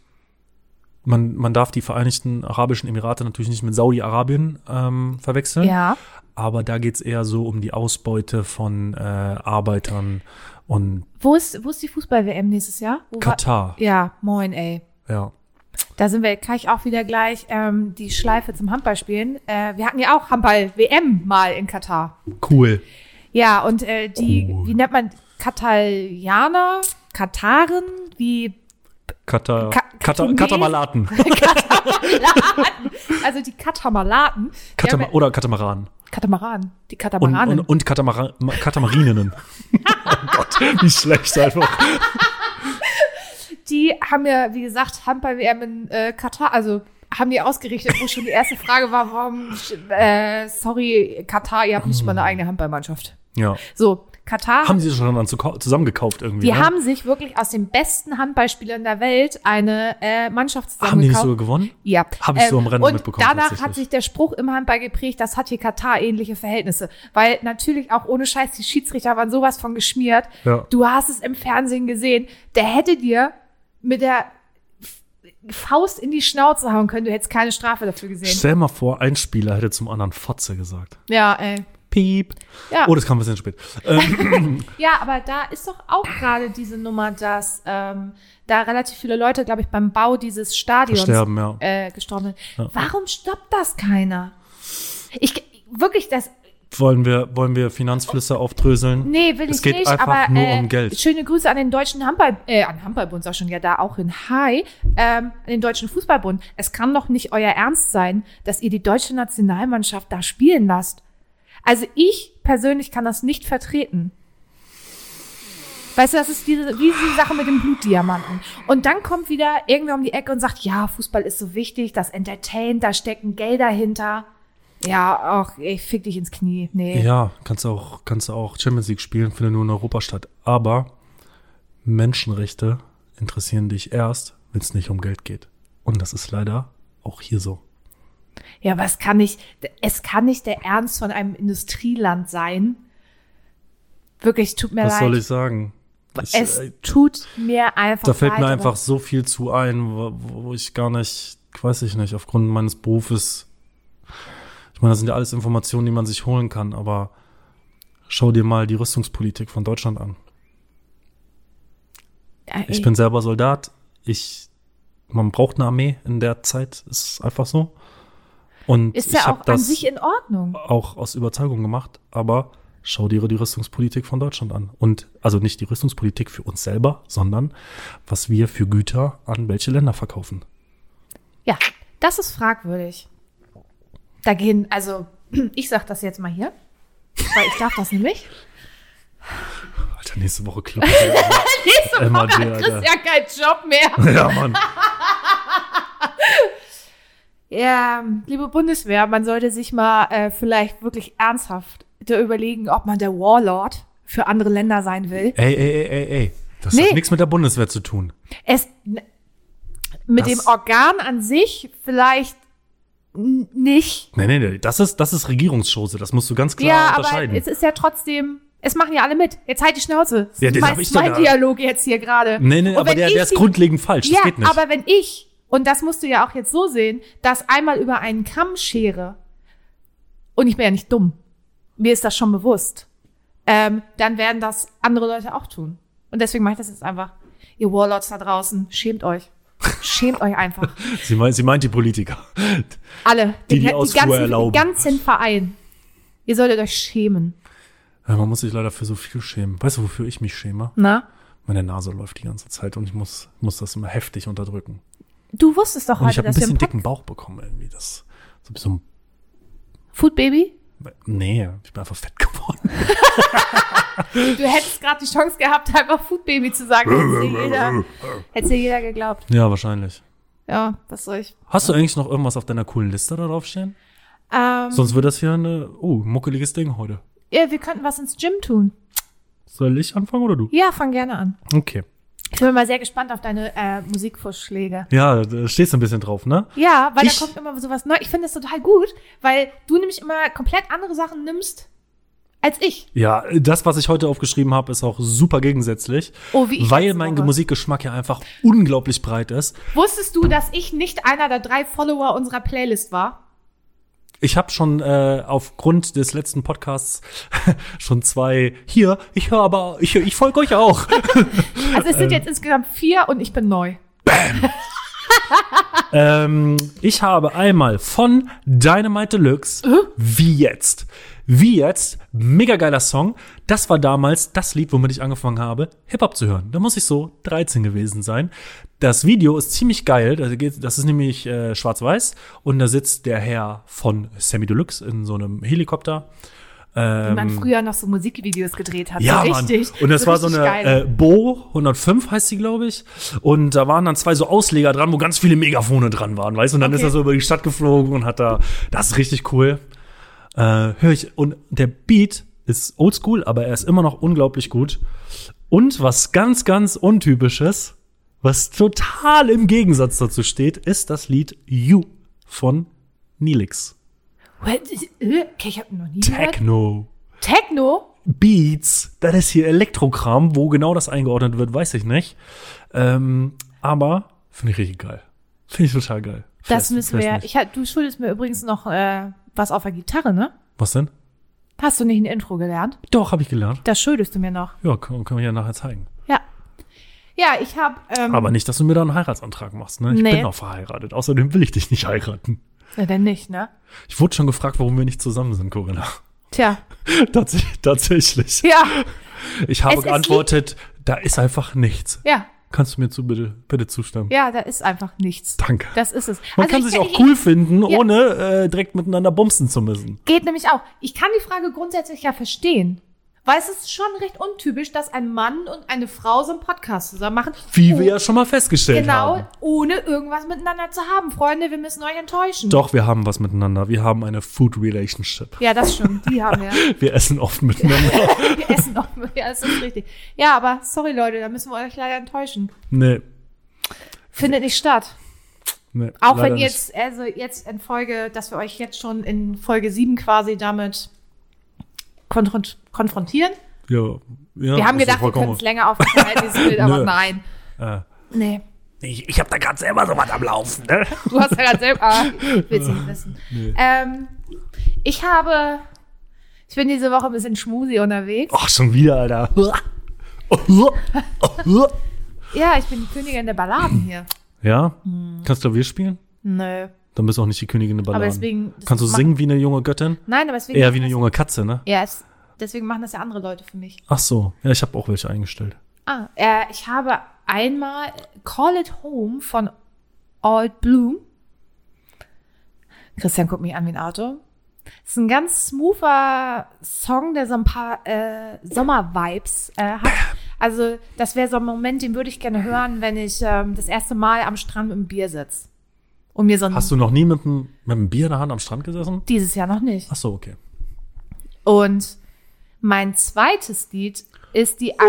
man, man darf die Vereinigten Arabischen Emirate natürlich nicht mit Saudi-Arabien ähm, verwechseln, Ja. aber da geht's eher so um die Ausbeute von äh, Arbeitern und Wo ist, wo ist die Fußball-WM nächstes Jahr? Wo war- Katar. Ja, moin, ey. Ja. Da sind wir gleich auch wieder gleich ähm, die Schleife zum Handballspielen. Äh, wir hatten ja auch Handball-WM mal in Katar. Cool. Ja, und äh, die, Oh. wie nennt man, Katalaner, Kataren, wie, Katar, Ka- Katar, Katungé? Katamalaten. also die Katamalaten. Die haben Katama ja- oder Katamaran. Katamaran, die Und, Katamaranen. und, und Katamara Katamarininnen. oh Gott, wie schlecht einfach. die haben ja, wie gesagt, Handball-WM in äh, Katar, also haben die ausgerichtet, wo schon die erste Frage war, warum, äh, sorry, Katar, ihr habt nicht mal eine eigene Handballmannschaft. Ja. So, Katar Haben sie das schon dann zuka- zusammengekauft irgendwie? Die ne? haben sich wirklich aus den besten Handballspielern der Welt eine äh, Mannschaft haben die nicht zusammengekauft. sogar gewonnen? ja. Ähm, Hab ich so am Rennen und mitbekommen, Danach hat tatsächlich. sich der Spruch im Handball geprägt, das hat hier Katar ähnliche Verhältnisse. Weil natürlich auch ohne Scheiß, die Schiedsrichter waren sowas von geschmiert. Ja. Du hast es im Fernsehen gesehen. Der hätte dir mit der F- Faust in die Schnauze hauen können. Du hättest keine Strafe dafür gesehen. Stell mal vor, ein Spieler hätte zum anderen Fotze gesagt. Ja, ey. Piep. Ja. Oh, das kam ein bisschen spät. Ähm, Ja, aber da ist doch auch gerade diese Nummer, dass ähm, da relativ viele Leute, glaube ich, beim Bau dieses Stadions Versterben, ja. äh, gestorben sind. Warum stoppt das keiner? Ich wirklich das. wollen, wir, wollen wir Finanzflüsse aufdröseln? Nee, will es ich geht nicht. einfach aber nur äh, um Geld. schöne Grüße an den deutschen Handball, äh, an Handballbund, sag ich schon ja da auch in Hi, ähm, an den deutschen Fußballbund. Es kann doch nicht euer Ernst sein, dass ihr die deutsche Nationalmannschaft da spielen lasst. Also ich persönlich kann das nicht vertreten. Weißt du, das ist diese, wie diese Sache mit dem Blutdiamanten. Und dann kommt wieder irgendwer um die Ecke und sagt, ja, Fußball ist so wichtig, das entertaint, da stecken Gelder hinter. Ja, ach, ich fick dich ins Knie. Nee. Ja, kannst du auch, kannst du auch Champions League spielen, findet nur in Europa statt. Aber Menschenrechte interessieren dich erst, wenn es nicht um Geld geht. Und das ist leider auch hier so. Ja, aber es kann nicht, es kann nicht der Ernst von einem Industrieland sein. Wirklich, tut mir Was leid. soll ich sagen? Ich, es äh, tut mir einfach da fällt leid, mir aber- einfach so viel zu ein, wo, wo ich gar nicht, weiß ich nicht, aufgrund meines Berufes. Ich meine, das sind ja alles Informationen, die man sich holen kann, aber schau dir mal die Rüstungspolitik von Deutschland an. Ja, ey, Ich bin selber Soldat. Ich, man braucht eine Armee in der Zeit, ist einfach so. Und ist ich ja habe auch an das sich in Ordnung. auch aus Überzeugung gemacht, aber schau dir die Rüstungspolitik von Deutschland an. Und also nicht die Rüstungspolitik für uns selber, sondern was wir für Güter an welche Länder verkaufen. Ja, das ist fragwürdig. Da gehen, also, ich sag das jetzt mal hier. Weil ich darf das nämlich. Alter, nächste Woche klappt das. Nächste Woche MAD, hat Chris Alter. ja keinen Job mehr. ja, Mann. Ja, liebe Bundeswehr, man sollte sich mal äh, vielleicht wirklich ernsthaft da überlegen, ob man der Warlord für andere Länder sein will. Ey, ey, ey, ey, ey. Das Nee. hat nichts mit der Bundeswehr zu tun. Es n- mit Das- dem Organ an sich vielleicht n- nicht. Nee, nee, nee. Das ist, das ist Regierungsschose. Das musst du ganz klar Ja, aber unterscheiden. es ist ja trotzdem. Es machen ja alle mit. Jetzt halt die Schnauze. Das Ja, ist den mein, hab ich doch mein da- Dialog jetzt hier gerade. nee, nee, Und aber wenn der, ich der ist die- grundlegend falsch. Ja, das geht nicht. aber wenn ich, und das musst du ja auch jetzt so sehen, das einmal über einen Kamm schere, und ich bin ja nicht dumm, mir ist das schon bewusst, ähm, dann werden das andere Leute auch tun. Und deswegen mache ich das jetzt einfach. Ihr Warlords da draußen, schämt euch. Schämt euch einfach. sie, meint, sie meint die Politiker. Alle. Die Den die ga- Ausfuhr ganzen, erlauben. Den ganzen Verein. Ihr solltet euch schämen. Ja, man muss sich leider für so viel schämen. Weißt du, wofür ich mich schäme? Na? Meine Nase läuft die ganze Zeit und ich muss, muss das immer heftig unterdrücken. Du wusstest doch Und Oh, ich heute, habe ein dass wir bisschen ein dicken Bauch bekommen irgendwie. Das so, so Food Baby. nee, ich bin einfach fett geworden. Du hättest gerade die Chance gehabt, einfach Food Baby zu sagen. Hättest dir jeder, hätt's dir jeder geglaubt. Ja, wahrscheinlich. Ja, was soll ich. Hast du eigentlich noch irgendwas auf deiner coolen Liste da drauf stehen? Ähm, Sonst wird das hier eine, oh, muckeliges Ding heute. ja, wir könnten was ins Gym tun. Soll ich anfangen oder du? Ja, fang gerne an. Okay. Ich bin mal sehr gespannt auf deine äh, Musikvorschläge. Ja, da stehst du ein bisschen drauf, ne? Ja, weil Ich- da kommt immer sowas neu. Ich finde das total gut, weil du nämlich immer komplett andere Sachen nimmst als ich. Ja, das, was ich heute aufgeschrieben habe, ist auch super gegensätzlich. Oh, wie ich weil letzte mein Woche. Musikgeschmack ja einfach unglaublich breit ist. Wusstest du, dass ich nicht einer der drei Follower unserer Playlist war? Ich habe schon äh, aufgrund des letzten Podcasts schon zwei hier. Ich höre aber, ich, ich folge euch auch. Also es sind jetzt insgesamt vier und ich bin neu. ähm, ich habe einmal von Dynamite Deluxe wie jetzt. Wie jetzt, mega geiler Song. Das war damals das Lied, womit ich angefangen habe, Hip-Hop zu hören. Da muss ich so 13 gewesen sein. Das Video ist ziemlich geil. Das geht- Das ist nämlich äh, schwarz-weiß. Und da sitzt der Herr von Sammy Deluxe in so einem Helikopter. Wie man früher noch so Musikvideos gedreht hat. Ähm. Ja, so Mann. richtig. Und das war so richtig eine geil. äh, Bo 105 heißt sie, glaube ich. Und da waren dann zwei so Ausleger dran, wo ganz viele Megafone dran waren, weißt du? Und dann ist Okay. er so über die Stadt geflogen und hat da, das ist richtig cool. Äh, Höre ich, und der Beat Ist oldschool, aber er ist immer noch unglaublich gut. Und was ganz, ganz untypisches, was total im Gegensatz dazu steht, ist das Lied You von Nilix. What? Äh, Okay, ich habe noch nie gehört. Techno. Techno? Beats, das ist hier Elektrokram, wo genau das eingeordnet wird, weiß ich nicht. Ähm, aber finde ich richtig geil. Finde ich total geil. Das Fest- müssen fest wir. nicht. Ich, hab- du schuldest mir übrigens noch äh, was auf der Gitarre, ne? Was denn? Hast du nicht ein Intro gelernt? Doch, habe ich gelernt. Das schuldest du mir noch. Ja, können können wir ja nachher zeigen. Ja. Ja, ich habe. Ähm, Aber nicht, dass du mir da einen Heiratsantrag machst, ne? Ich Nee. bin noch verheiratet. Außerdem will ich dich nicht heiraten. na, denn nicht, ne? Ich wurde schon gefragt, warum wir nicht zusammen sind, Corinna. Tja. Tats tatsächlich. Ja. Ich Es- habe es geantwortet, da ist einfach nichts. Ja. Kannst du mir zu bitte, bitte zustimmen? Ja, da ist einfach nichts. Danke. Das ist es. Man Also kann ich- sich ich- auch cool finden, Ja. ohne äh, direkt miteinander bumsen zu müssen. Geht nämlich auch. Ich kann die Frage grundsätzlich ja verstehen. Weil es ist schon recht untypisch, dass ein Mann und eine Frau so einen Podcast zusammen machen. Wie Oh, wir ja schon mal festgestellt Genau, haben. ohne irgendwas miteinander zu haben. Freunde, wir müssen euch enttäuschen. Doch, wir haben was miteinander. Wir haben eine Food Relationship. Ja, das stimmt. Die haben wir. Wir essen oft miteinander. Wir essen auch. Ja, das ist richtig. Ja, aber sorry, Leute, da müssen wir euch leider enttäuschen. nee. Findet nicht statt. nee Auch leider wenn nicht. jetzt, also jetzt in Folge, dass wir euch jetzt schon in Folge 7 quasi damit konfront konfrontieren. Ja, ja, Wir haben ist doch gebild, wir vollkommen- können es länger auf dieses Bild, aber Nö. nein. Äh. Nee. Ich, ich habe da gerade selber so was am Laufen. Ne? Du hast ja gerade selber. Ah, ich will's nicht wissen. Ähm, ich habe. Ich bin diese Woche ein bisschen schmusi unterwegs. Ach, schon wieder, Alter. Ja, ich bin die Königin der Balladen hier. ja? Kannst du Klavier spielen? Nö. Dann bist du auch nicht die Königin der Balladen. Hm. Aber deswegen- das Kannst du macht- singen wie eine junge Göttin? Nein, aber deswegen. Eher wie eine junge Katze, ne? Ja, es, deswegen machen das ja andere Leute für mich. Ach so. Ja, ich habe auch welche eingestellt. Ah, äh, ich habe einmal Call It Home von Old Bloom. Christian guckt mich an wie ein Auto. Ist ein ganz smoother Song, der so ein paar äh, Sommer-Vibes äh, hat. Also, das wäre so ein Moment, den würde ich gerne hören, wenn ich ähm, das erste Mal am Strand mit dem Bier sitze. Und mir so ein, Hast du noch nie mit einem mit einem Bier in der Hand am Strand gesessen? dieses Jahr noch nicht. Ach so, okay. Und mein zweites Lied ist die Ak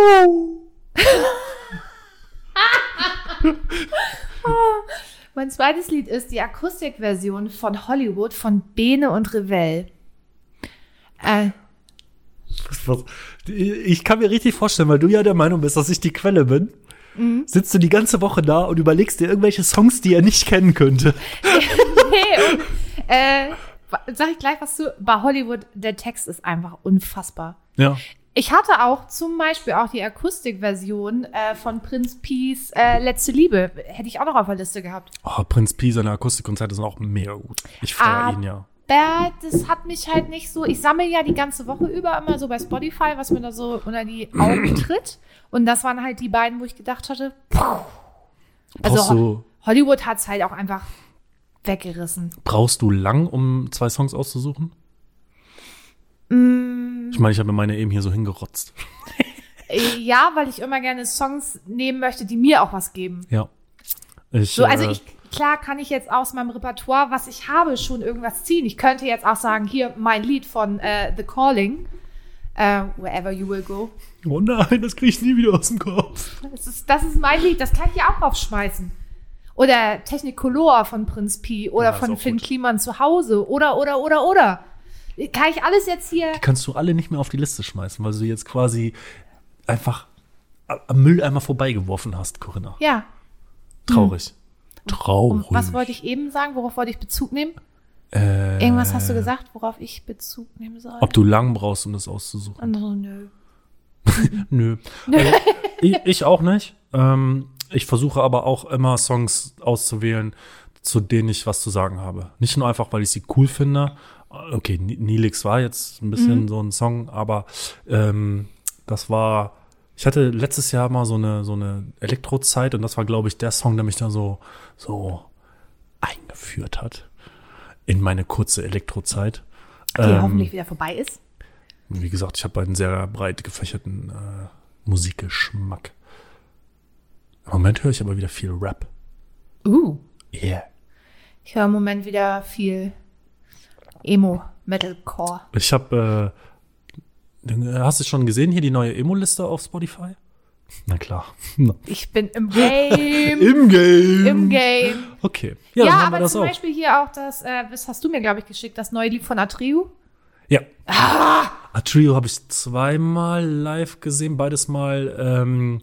Mein zweites Lied ist die Akustikversion von Hollywood von Bene und Revell. Äh, Was- was- Ich kann mir richtig vorstellen, weil du ja der Meinung bist, dass ich die Quelle bin. Mhm. Sitzt du die ganze Woche da und überlegst dir irgendwelche Songs, die er nicht kennen könnte. nee, und, äh, sag ich gleich was zu. Bei Hollywood, der Text ist einfach unfassbar. Ja. Ich hatte auch zum Beispiel auch die Akustikversion äh, von Prinz Pies äh, Letzte Liebe. Hätte ich auch noch auf der Liste gehabt. Oh, Prinz Pi, seine Akustikkonzerte sind auch mega gut. Ich feiere Ah. ihn ja. Aber das hat mich halt nicht so. Ich sammle ja die ganze Woche über immer so bei Spotify, was mir da so unter die Augen tritt. Und das waren halt die beiden, wo ich gedacht hatte, puh. Also Brauchst du- Ho- Hollywood hat es halt auch einfach weggerissen. Brauchst du lang, um zwei Songs auszusuchen? Mm. Ich meine, ich habe mir meine eben hier so hingerotzt. Äh, Ja, weil ich immer gerne Songs nehmen möchte, die mir auch was geben. Ja. Ich, So, also äh, ich, klar kann ich jetzt aus meinem Repertoire, was ich habe, schon irgendwas ziehen. Ich könnte jetzt auch sagen, hier mein Lied von äh, The Calling, äh, Wherever You Will Go. Oh nein, das kriege ich nie wieder aus dem Kopf. Das ist, das ist mein Lied, das kann ich hier auch aufschmeißen. Oder Technicolor von Prinz Pi oder Ja, ist von auch Finn gut. Kliman zu Hause oder, oder, oder, oder. Kann ich alles jetzt hier. Kannst du alle nicht mehr auf die Liste schmeißen, weil du sie jetzt quasi einfach a- am Mülleimer vorbeigeworfen hast, Corinna. Ja. Traurig. Traurig. Hm. Und was wollte ich eben sagen? Worauf wollte ich Bezug nehmen? Äh, Irgendwas hast du gesagt, worauf ich Bezug nehmen soll. Ob du lang brauchst, um das auszusuchen? Und so, nö. Nö. Also, ich, ich auch nicht. Ähm, ich versuche aber auch immer Songs auszuwählen, zu denen ich was zu sagen habe. Nicht nur einfach, weil ich sie cool finde. Okay, Ni- Nilix war jetzt ein bisschen Mhm. so ein Song, aber ähm, das war. Ich hatte letztes Jahr mal so eine, so eine Elektrozeit und das war, glaube ich, der Song, der mich da so, so eingeführt hat in meine kurze Elektrozeit. Die Ähm. hoffentlich wieder vorbei ist. Wie gesagt, ich habe einen sehr breit gefächerten äh, Musikgeschmack. Im Moment höre ich aber wieder viel Rap. Uh. Yeah. Ich höre im Moment wieder viel Emo, Metalcore. Ich habe äh, Dann, äh, Hast du schon gesehen hier die neue Emo-Liste auf Spotify? Na klar. Na. Ich bin im Game. Im Game. Im Game. Okay. Ja, Ja, dann haben wir aber das zum auch. Beispiel hier auch das, äh, das hast du mir, glaube ich, geschickt, das neue Lied von Atriu. Ja. Ah! A Trio habe ich zweimal live gesehen, beides mal ähm,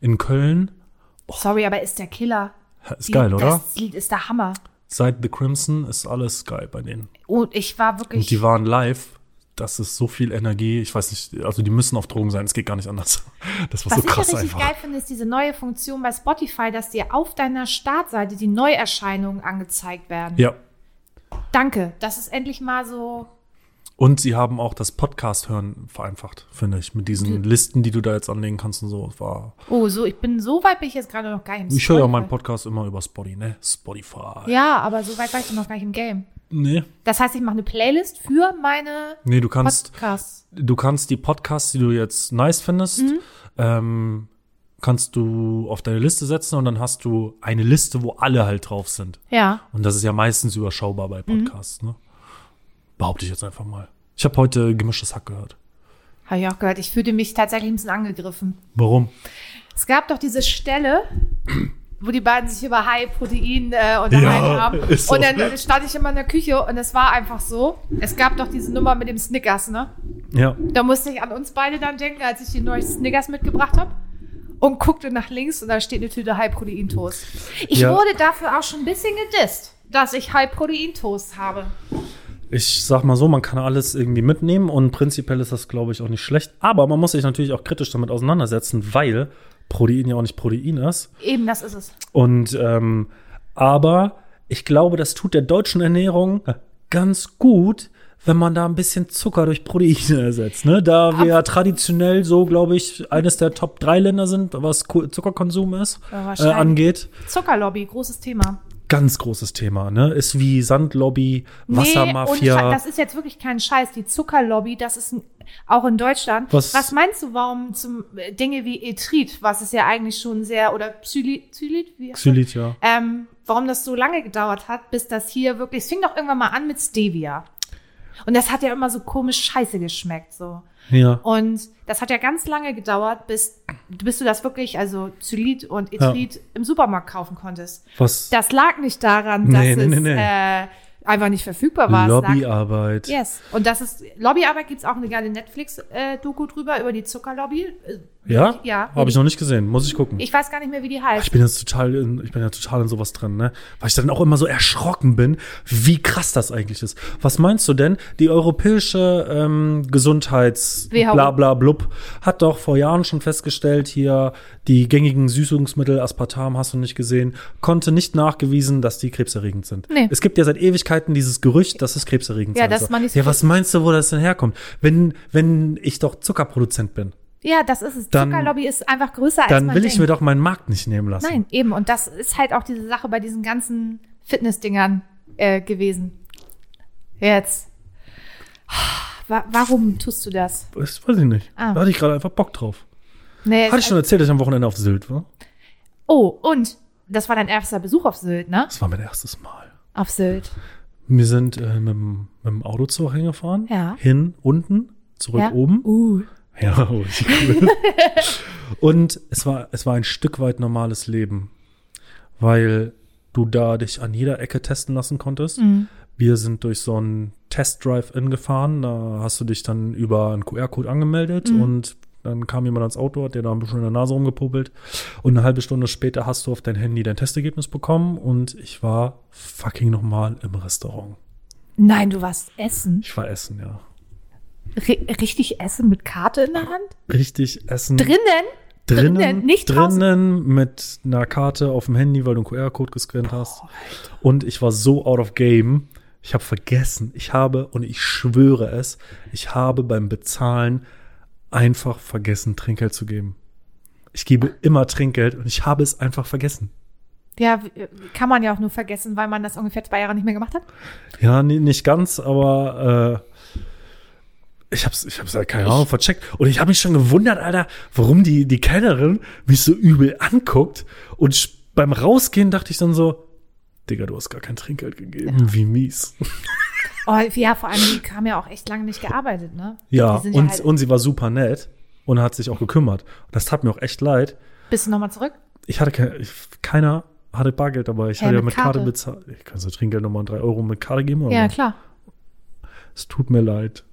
in Köln. Sorry, aber ist der Killer. Ist geil, Die- oder? Das Lied ist der Hammer. Seit The Crimson ist alles geil bei denen. Und ich war Und wirklich. die waren live. Das ist so viel Energie. Ich weiß nicht, also die müssen auf Drogen sein. Es geht gar nicht anders. Das war was so krass ich ja richtig einfach. geil finde, ist diese neue Funktion bei Spotify, dass dir auf deiner Startseite die Neuerscheinungen angezeigt werden. Ja. Danke. Das ist endlich mal so. Und sie haben auch das Podcast hören vereinfacht, finde ich, mit diesen Mhm. Listen, die du da jetzt anlegen kannst und so. Es War. Oh, so, ich bin so weit bin ich jetzt gerade noch gar nicht im Ich höre ja Spotify. meinen Podcast immer über Spotify, ne? Spotify. Ja, aber so weit war ich doch noch gar nicht im Game. Nee. Das heißt, ich mache eine Playlist für meine Nee, du kannst, Podcasts. du kannst die Podcasts, die du jetzt nice findest, Mhm. ähm, kannst du auf deine Liste setzen und dann hast du eine Liste, wo alle halt drauf sind. Ja. Und das ist ja meistens überschaubar bei Podcasts, ne? Behaupte ich jetzt einfach mal. Ich habe heute gemischtes Hack gehört. Habe ich auch gehört. Ich fühlte mich tatsächlich ein bisschen angegriffen. Warum? Es gab doch diese Stelle, wo die beiden sich über High-Protein äh, unterhalten Ja, haben. ist so. Und dann stand ich immer in der Küche und es war einfach so. Es gab doch diese Nummer mit dem Snickers, ne? Ja. Da musste ich an uns beide dann denken, als ich die neuen Snickers mitgebracht habe. Und guckte nach links und da steht eine Tüte High-Protein-Toast. Ich Ja. wurde dafür auch schon ein bisschen gedisst, dass ich High-Protein-Toast habe. Ich sag mal so, man kann alles irgendwie mitnehmen und prinzipiell ist das, glaube ich, auch nicht schlecht. Aber man muss sich natürlich auch kritisch damit auseinandersetzen, weil Protein ja auch nicht Protein ist. Eben, das ist es. Und ähm, aber ich glaube, das tut der deutschen Ernährung ganz gut, wenn man da ein bisschen Zucker durch Proteine ersetzt. Ne? Da wir ja traditionell so, glaube ich, eines der Top 3 Länder sind, was Ko- Zuckerkonsum ist, Ja, äh, wahrscheinlich. angeht. Zuckerlobby, großes Thema. Ganz großes Thema, ne? Ist wie Sandlobby, Nee, Wassermafia. und das ist jetzt wirklich kein Scheiß. Die Zuckerlobby, das ist ein, auch in Deutschland. Was- meinst du, warum zum äh, Dinge wie Etrit, was es ja eigentlich schon sehr, oder Xylit, Xylit, wie heißt das? Xylit, ja. ähm, warum das so lange gedauert hat, bis das hier wirklich, es fing doch irgendwann mal an mit Stevia. Und das hat ja immer so komisch scheiße geschmeckt, so. ja. Und das hat ja ganz lange gedauert, bis, bis du das wirklich, also Xylit und Etrit im Supermarkt kaufen konntest. Was? Das lag nicht daran, dass Nee, nee, nee, es nee. Äh, einfach nicht verfügbar war. Es lag, Lobbyarbeit. yes. Und das ist, Lobbyarbeit gibt's auch eine geile Netflix-Doku drüber, über die Zuckerlobby. Äh, Ja? Ja. Habe ich noch nicht gesehen. Muss ich gucken. Ich weiß gar nicht mehr, wie die heißt. Ich bin jetzt total in, ich bin ja total in sowas drin, ne? Weil ich dann auch immer so erschrocken bin, wie krass das eigentlich ist. Was meinst du denn? Die europäische ähm, Gesundheits WHO. bla bla blub hat doch vor Jahren schon festgestellt, hier die gängigen Süßungsmittel, Aspartam hast du nicht gesehen, konnte nicht nachgewiesen, dass die krebserregend sind. Nee. Es gibt ja seit Ewigkeiten dieses Gerücht, dass es krebserregend Ja, sein dass soll. man nicht so ja, was meinst du, wo das denn herkommt? Wenn, wenn ich doch Zuckerproduzent bin, ja, das ist es. Dann- Zuckerlobby ist einfach größer als dann man will denkt. ich mir doch meinen Markt nicht nehmen lassen. Nein, eben. Und das ist halt auch diese Sache bei diesen ganzen Fitnessdingern äh, gewesen. Jetzt. Wa- Warum tust du das? Das weiß ich nicht. Ah. Da hatte ich gerade einfach Bock drauf. Nee, Hatte ich schon erzählt, dass ich am Wochenende auf Sylt war? oh, und das war dein erster Besuch auf Sylt, ne? Das war mein erstes Mal. Auf Sylt. Wir sind äh, mit, dem, mit dem Auto zur hingefahren. Ja. Hin unten, zurück ja? oben. Uh. Ja, oh, ich- cool. Und es war, es war ein Stück weit normales Leben, weil du da dich an jeder Ecke testen lassen konntest. Wir sind durch so einen Test-Drive-In gefahren. Da hast du dich dann über einen QR-Code angemeldet und dann kam jemand ans Auto, hat dir da ein bisschen in der Nase rumgepuppelt. Und eine halbe Stunde später hast du auf dein Handy dein Testergebnis bekommen und ich war fucking nochmal im Restaurant. Nein, du warst essen. Ich war essen, ja. Ri- richtig essen mit Karte in der Hand? Richtig essen. Drinnen? Hm. drinnen, Drinnen, nicht draußen. drinnen mit einer Karte auf dem Handy, weil du einen QR-Code gescannt hast. Und ich war so out of game. Ich habe vergessen, ich habe, und ich schwöre es, ich habe beim Bezahlen einfach vergessen, Trinkgeld zu geben. Ich gebe immer Trinkgeld und ich habe es einfach vergessen. Ja, w- kann man ja auch nur vergessen, weil man das ungefähr zwei Jahre nicht mehr gemacht hat. Ja, nee, nicht ganz, aber äh, ich hab's, ich hab's halt keine Ahnung vercheckt. Und ich habe mich schon gewundert, Alter, warum die, die Kellnerin mich so übel anguckt. Und sch- beim Rausgehen dachte ich dann so, Digga, du hast gar kein Trinkgeld gegeben. Wie mies. Oh, ja, vor allem, die haben ja auch echt lange nicht gearbeitet, ne? Ja, Die sind und, halt, und sie war super nett und hat sich auch gekümmert. Das tat mir auch echt leid. bist du nochmal zurück? Ich hatte keine, ich, keiner hatte Bargeld dabei. Ich Hä, hatte ja mit mit Karte, Karte? bezahlt. Ich kann so Trinkgeldnummer und 3 Euro mit Karte geben, aber Ja, klar. es tut mir leid.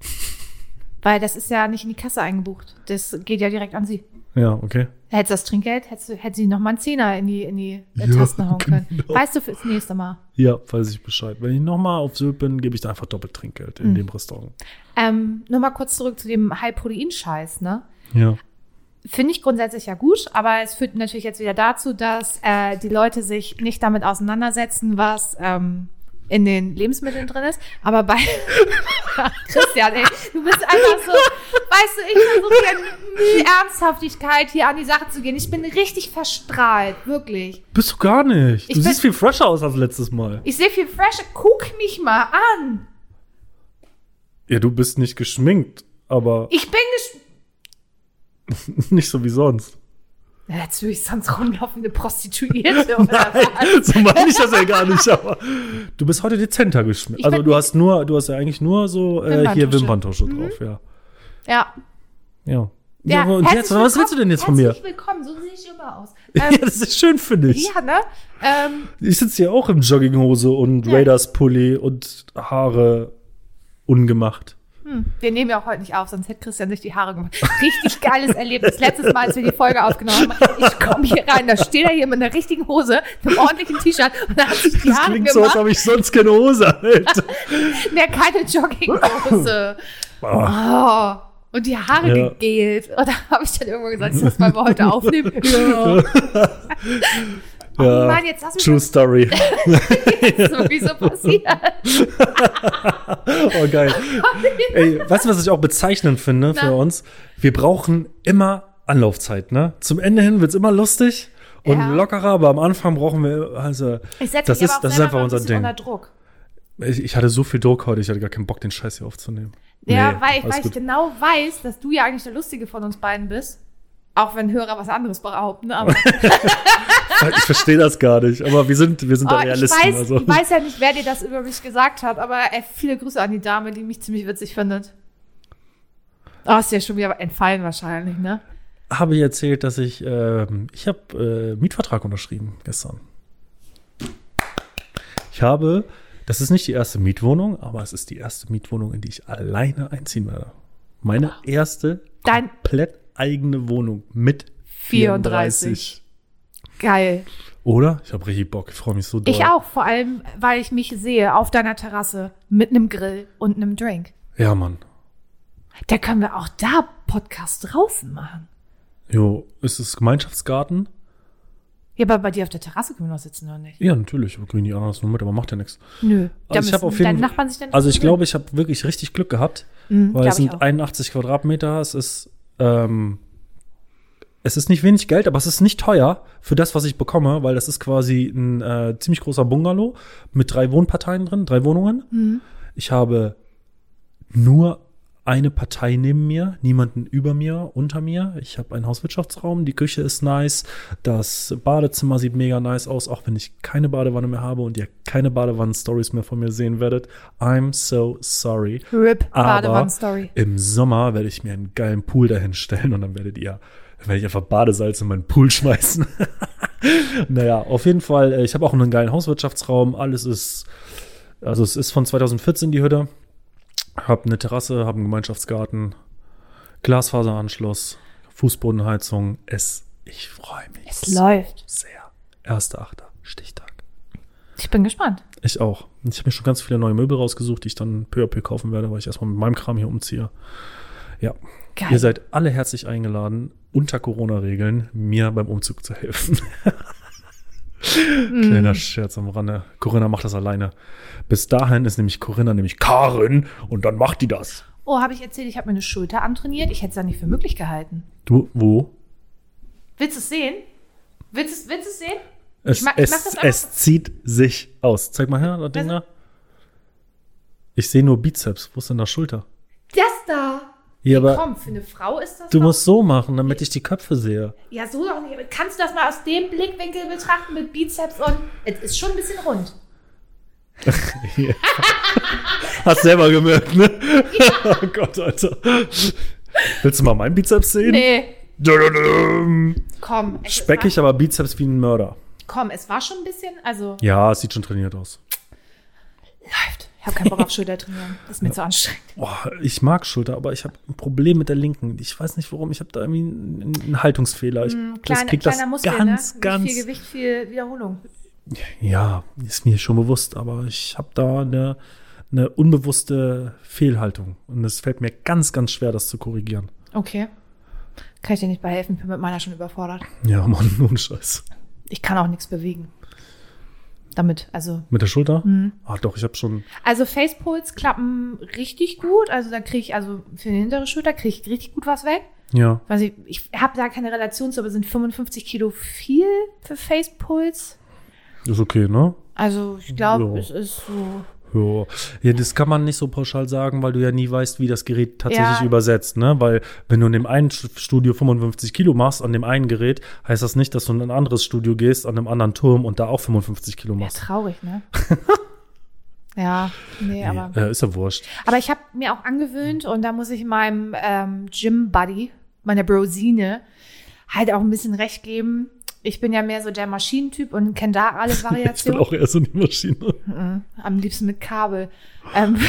Weil das ist ja nicht in die Kasse eingebucht. Das geht ja direkt an sie. Ja, okay. Hättest du das Trinkgeld, hättest du, hätte sie noch mal einen Zehner in die, in die äh, Ja, Tasten hauen können. genau. Weißt du fürs nächste Mal. Ja, weiß ich Bescheid. Wenn ich nochmal auf Sylt bin, gebe ich da einfach doppelt Trinkgeld Hm. in dem Restaurant. Ähm, nur mal kurz zurück zu dem High-Protein-Scheiß, ne? Ja. Finde ich grundsätzlich ja gut, aber es führt natürlich jetzt wieder dazu, dass äh, die Leute sich nicht damit auseinandersetzen, was ähm, in den Lebensmitteln drin ist. Aber bei Christian, ey, du bist einfach so, weißt du, ich versuche hier mit Ernsthaftigkeit hier an die Sache zu gehen. Ich bin richtig verstrahlt, wirklich. Bist du gar nicht. Ich du bin- siehst viel fresher aus als letztes Mal. Ich sehe viel fresh, guck mich mal an. Ja, du bist nicht geschminkt, aber Ich bin gesch... nicht so wie sonst. Na, Jetzt würde ich sonst rumlaufende Prostituierte oder was? so meine ich das ja gar nicht, aber du bist heute dezenter geschminkt. Ich Also bin- du hast nur, du hast ja eigentlich nur so äh, hier Wimperntusche Wimperntusche. drauf, ja. Ja, Ja. ja. und herzlich jetzt, was willst du denn jetzt von mir? Herzlich willkommen, so sehe ich immer aus. Ähm, Ja, das ist schön, finde ich. Ja, ne? Ähm, Ich sitze hier auch im Jogginghose und Raiders-Pulli und Haare ungemacht. hm, wir nehmen ja auch heute nicht auf, sonst hätte Christian sich die Haare gemacht. Richtig geiles Erlebnis. Letztes Mal, als wir die Folge aufgenommen haben, ich komme hier rein, da steht er hier mit einer richtigen Hose, einem ordentlichen T-Shirt und da hat sich die Das Haare klingt so, als gemacht. ob ich sonst keine Hose hätte. So ne, keine Jogginghose. Ah, Oh. Und die Haare Ja. gegelt. Und da habe ich dann irgendwann gesagt, das wollen wir heute aufnehmen. Ja. Oh ja. Mann, jetzt lass mich True Story. das sowieso passiert. Oh, geil. Ey, weißt du, was ich auch bezeichnend finde für Na? uns? Wir brauchen immer Anlaufzeit, ne? Zum Ende hin wird's immer lustig und Ja. lockerer, aber am Anfang brauchen wir, also, Ich setze das mich ist, aber auch das ist selber einfach mal ein unser bisschen Ding. unter Druck. Ich, ich hatte so viel Druck heute, ich hatte gar keinen Bock, den Scheiß hier aufzunehmen. Ja, Nee, weil, ich, alles weil ich gut. genau weiß, dass du ja eigentlich der Lustige von uns beiden bist. Auch wenn Hörer was anderes behaupten. Aber oh, Ich verstehe das gar nicht, aber wir sind, wir sind da Oh, ich, Realisten. weiß, also. ich weiß ja nicht, wer dir das über mich gesagt hat, aber ey, viele Grüße an die Dame, die mich ziemlich witzig findet. Oh, ist dir schon wieder entfallen wahrscheinlich, ne? Habe ich erzählt, dass ich, ähm, ich habe äh, Mietvertrag unterschrieben gestern. Ich habe, das ist nicht die erste Mietwohnung, aber es ist die erste Mietwohnung, in die ich alleine einziehen werde. Meine erste Dein- komplett eigene Wohnung mit 34. Geil. Oder? Ich habe richtig Bock, ich freue mich so doll. Ich auch, vor allem, weil ich mich sehe auf deiner Terrasse mit einem Grill und einem Drink. Ja, Mann. Da können wir auch da Podcast draußen machen. Jo, ist es Gemeinschaftsgarten? Ja, aber bei dir auf der Terrasse können wir noch sitzen, oder nicht? Ja, natürlich. Wir kriegen die Ananas nur mit, aber macht ja nichts. Nö. Da Also ich hab müssen auf jeden- deine Nachbarn sich dann Mhm, Also ich glaube, ich habe wirklich richtig Glück gehabt, weil glaub es ich sind auch. 81 Quadratmeter. Es ist, ähm, es ist nicht wenig Geld, aber es ist nicht teuer für das, was ich bekomme, weil das ist quasi ein äh, ziemlich großer Bungalow mit drei Wohnparteien drin, drei Wohnungen. Ich habe nur eine Partei neben mir, niemanden über mir, unter mir. Ich habe einen Hauswirtschaftsraum, die Küche ist nice, das Badezimmer sieht mega nice aus, auch wenn ich keine Badewanne mehr habe und ihr keine Badewannen-Stories mehr von mir sehen werdet. I'm so sorry. RIP Aber Badewanne-Story. im Sommer werde ich mir einen geilen Pool dahinstellen und dann werdet ihr, dann werde ich einfach Badesalz in meinen Pool schmeißen. naja, auf jeden Fall, äh, ich habe auch einen geilen Hauswirtschaftsraum. Alles ist, also es ist von 2014 die Hütte. Hab eine Terrasse, hab einen Gemeinschaftsgarten, Glasfaseranschluss, Fußbodenheizung. Es, ich freue mich Es läuft. sehr. Erster Achter, Stichtag. Ich bin gespannt. Ich auch. Und Ich habe mir schon ganz viele neue Möbel rausgesucht, die ich dann peu à peu kaufen werde, weil ich erstmal mit meinem Kram hier umziehe. Ja. Geil. Ihr seid alle herzlich eingeladen, unter Corona-Regeln mir beim Umzug zu helfen. Mhm. Kleiner Scherz am Rande. Corinna macht das alleine. Bis dahin ist nämlich Corinna nämlich Karin und dann macht die das. Oh, habe ich erzählt, ich habe mir eine Schulter antrainiert. Ich hätte es ja nicht für möglich gehalten. Du, wo? Willst du es sehen? Willst du es- willst du es sehen? Es, Ich ma- ich mach es, das Also einfach- es zieht sich aus. Zeig mal her, das Ding da. Ich sehe nur Bizeps. Wo ist denn da Schulter? Das da. Ja, aber Komm, für eine Frau ist das du doch- musst so machen, damit ich die Köpfe sehe. Ja, so doch nicht. Aber Kannst du das mal aus dem Blickwinkel betrachten mit Bizeps und... Es ist schon ein bisschen rund. Hast selber gemerkt, ne? oh Gott, Alter. Willst du mal meinen Bizeps sehen? Nee, Nee. komm. es- es Speckig, aber Bizeps wie ein Mörder. War, komm, es war schon ein bisschen, also Ja, es sieht schon trainiert aus. läuft. Ich habe keinen Bock auf Schulter trainieren. Das ist mir zu anstrengend. Boah, ich mag Schulter, aber ich habe ein Problem mit der linken. Ich weiß nicht warum. Ich habe da irgendwie einen, einen Haltungsfehler. Ich Hm, Kleine, krieg kleiner Muskel, ganz, ne? ganz. Viel Gewicht, viel Wiederholung. ja, ist mir schon bewusst, aber ich habe da eine, eine unbewusste Fehlhaltung und es fällt mir ganz, ganz schwer, das zu korrigieren. Okay. Kann ich dir nicht bei helfen, bin mit meiner schon überfordert. Ja, Mann, nun Scheiß. Ich kann auch nichts bewegen. Damit, also. Mit der Schulter? Mhm. Ah, doch, ich habe schon. Also Facepulls klappen richtig gut. Also da kriege ich, also für die hintere Schulter kriege ich richtig gut was weg. Ja. Weiß ich, ich habe da keine Relation zu, aber sind 55 Kilo viel für Facepulls? Ist okay, ne? Also ich glaube, Ja. es ist so. Ja. ja, das kann man nicht so pauschal sagen, weil du ja nie weißt, wie das Gerät tatsächlich Ja. übersetzt, ne? Weil wenn du in dem einen Stu- Studio 55 Kilo machst, an dem einen Gerät, heißt das nicht, dass du in ein anderes Studio gehst, an einem anderen Turm und da auch 55 Kilo Ja, machst. traurig, ne? ja, nee, aber. Nee, äh, ist ja wurscht. Aber ich habe mir auch angewöhnt und da muss ich meinem ähm, Gym-Buddy, meiner Brosine, halt auch ein bisschen recht geben. Ich bin ja mehr so der Maschinentyp und kenne da alle Ich bin Variationen. auch eher so eine Maschine. Mhm, Am liebsten mit Kabel. Ähm,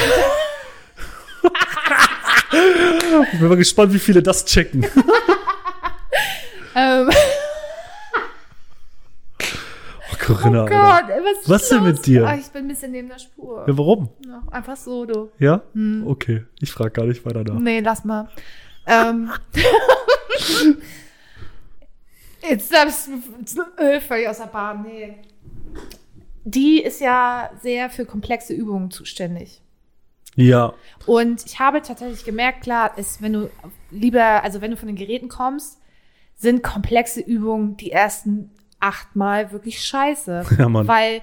Ich bin mal gespannt, wie viele das checken. ähm, Oh, Corinna, oh Alter. Gott, ey, was ist Was denn los? mit dir? Ah, ich bin ein bisschen neben der Spur. Ja, warum? Ja, Einfach so, du. Ja? Mhm. Okay, ich frage gar nicht weiter nach. Nee, lass mal. Ähm. Jetzt hab's äh, völlig aus der Bahn. Nee. Die ist ja sehr für komplexe Übungen zuständig. Ja, Und ich habe tatsächlich gemerkt, klar, ist, wenn du lieber, also wenn du von den Geräten kommst, sind komplexe Übungen die ersten achtmal wirklich scheiße. Ja, Mann. Weil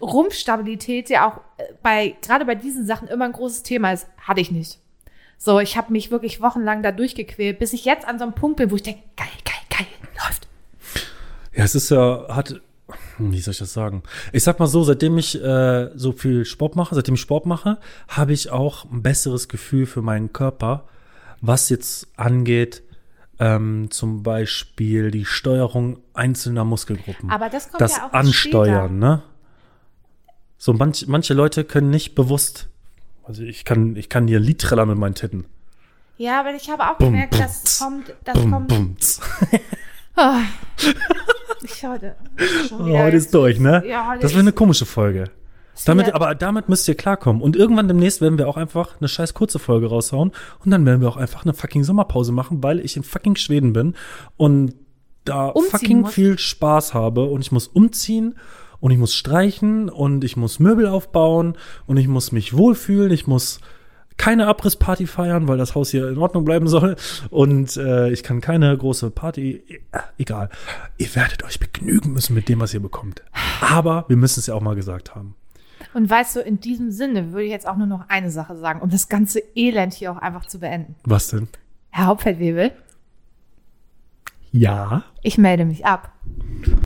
Rumpfstabilität ja auch äh, bei, gerade bei diesen Sachen immer ein großes Thema ist. Hatte ich nicht. So, ich habe mich wirklich wochenlang da durchgequält, bis ich jetzt an so einem Punkt bin, wo ich denke, geil, geil, geil, läuft. Ja, es ist ja, hat, wie soll ich das sagen? Ich sag mal so, seitdem ich äh, so viel Sport mache, seitdem ich Sport mache, habe ich auch ein besseres Gefühl für meinen Körper, was jetzt angeht, ähm, zum Beispiel die Steuerung einzelner Muskelgruppen. Aber das kommt das ja auch erst Ansteuern, ne? So, manch, manche Leute können nicht bewusst, also ich kann, ich kann hier ein Lied trällern mit meinen Titten. Ja, weil ich habe auch Bum, gemerkt, das bums, kommt, das Bum, kommt. bum, tz. Ah. Ich heute. Schon Oh, wieder heute ist durch, ne? Ja, heute das ist- wird eine komische Folge. Ist Damit, wieder- aber damit müsst ihr klarkommen. Und irgendwann demnächst werden wir auch einfach eine scheiß kurze Folge raushauen. Und dann werden wir auch einfach eine fucking Sommerpause machen, weil ich in fucking Schweden bin und da Umziehen fucking muss. viel Spaß habe. Und ich muss umziehen und ich muss streichen und ich muss Möbel aufbauen und ich muss mich wohlfühlen. Ich muss keine Abrissparty feiern, weil das Haus hier in Ordnung bleiben soll. Und äh, ich kann keine große Party. e- Egal. Ihr werdet euch begnügen müssen mit dem, was ihr bekommt. Aber wir müssen es ja auch mal gesagt haben. Und weißt du, in diesem Sinne würde ich jetzt auch nur noch eine Sache sagen, um das ganze Elend hier auch einfach zu beenden. Was denn? Herr Hauptfeldwebel, Ja. ich melde mich ab.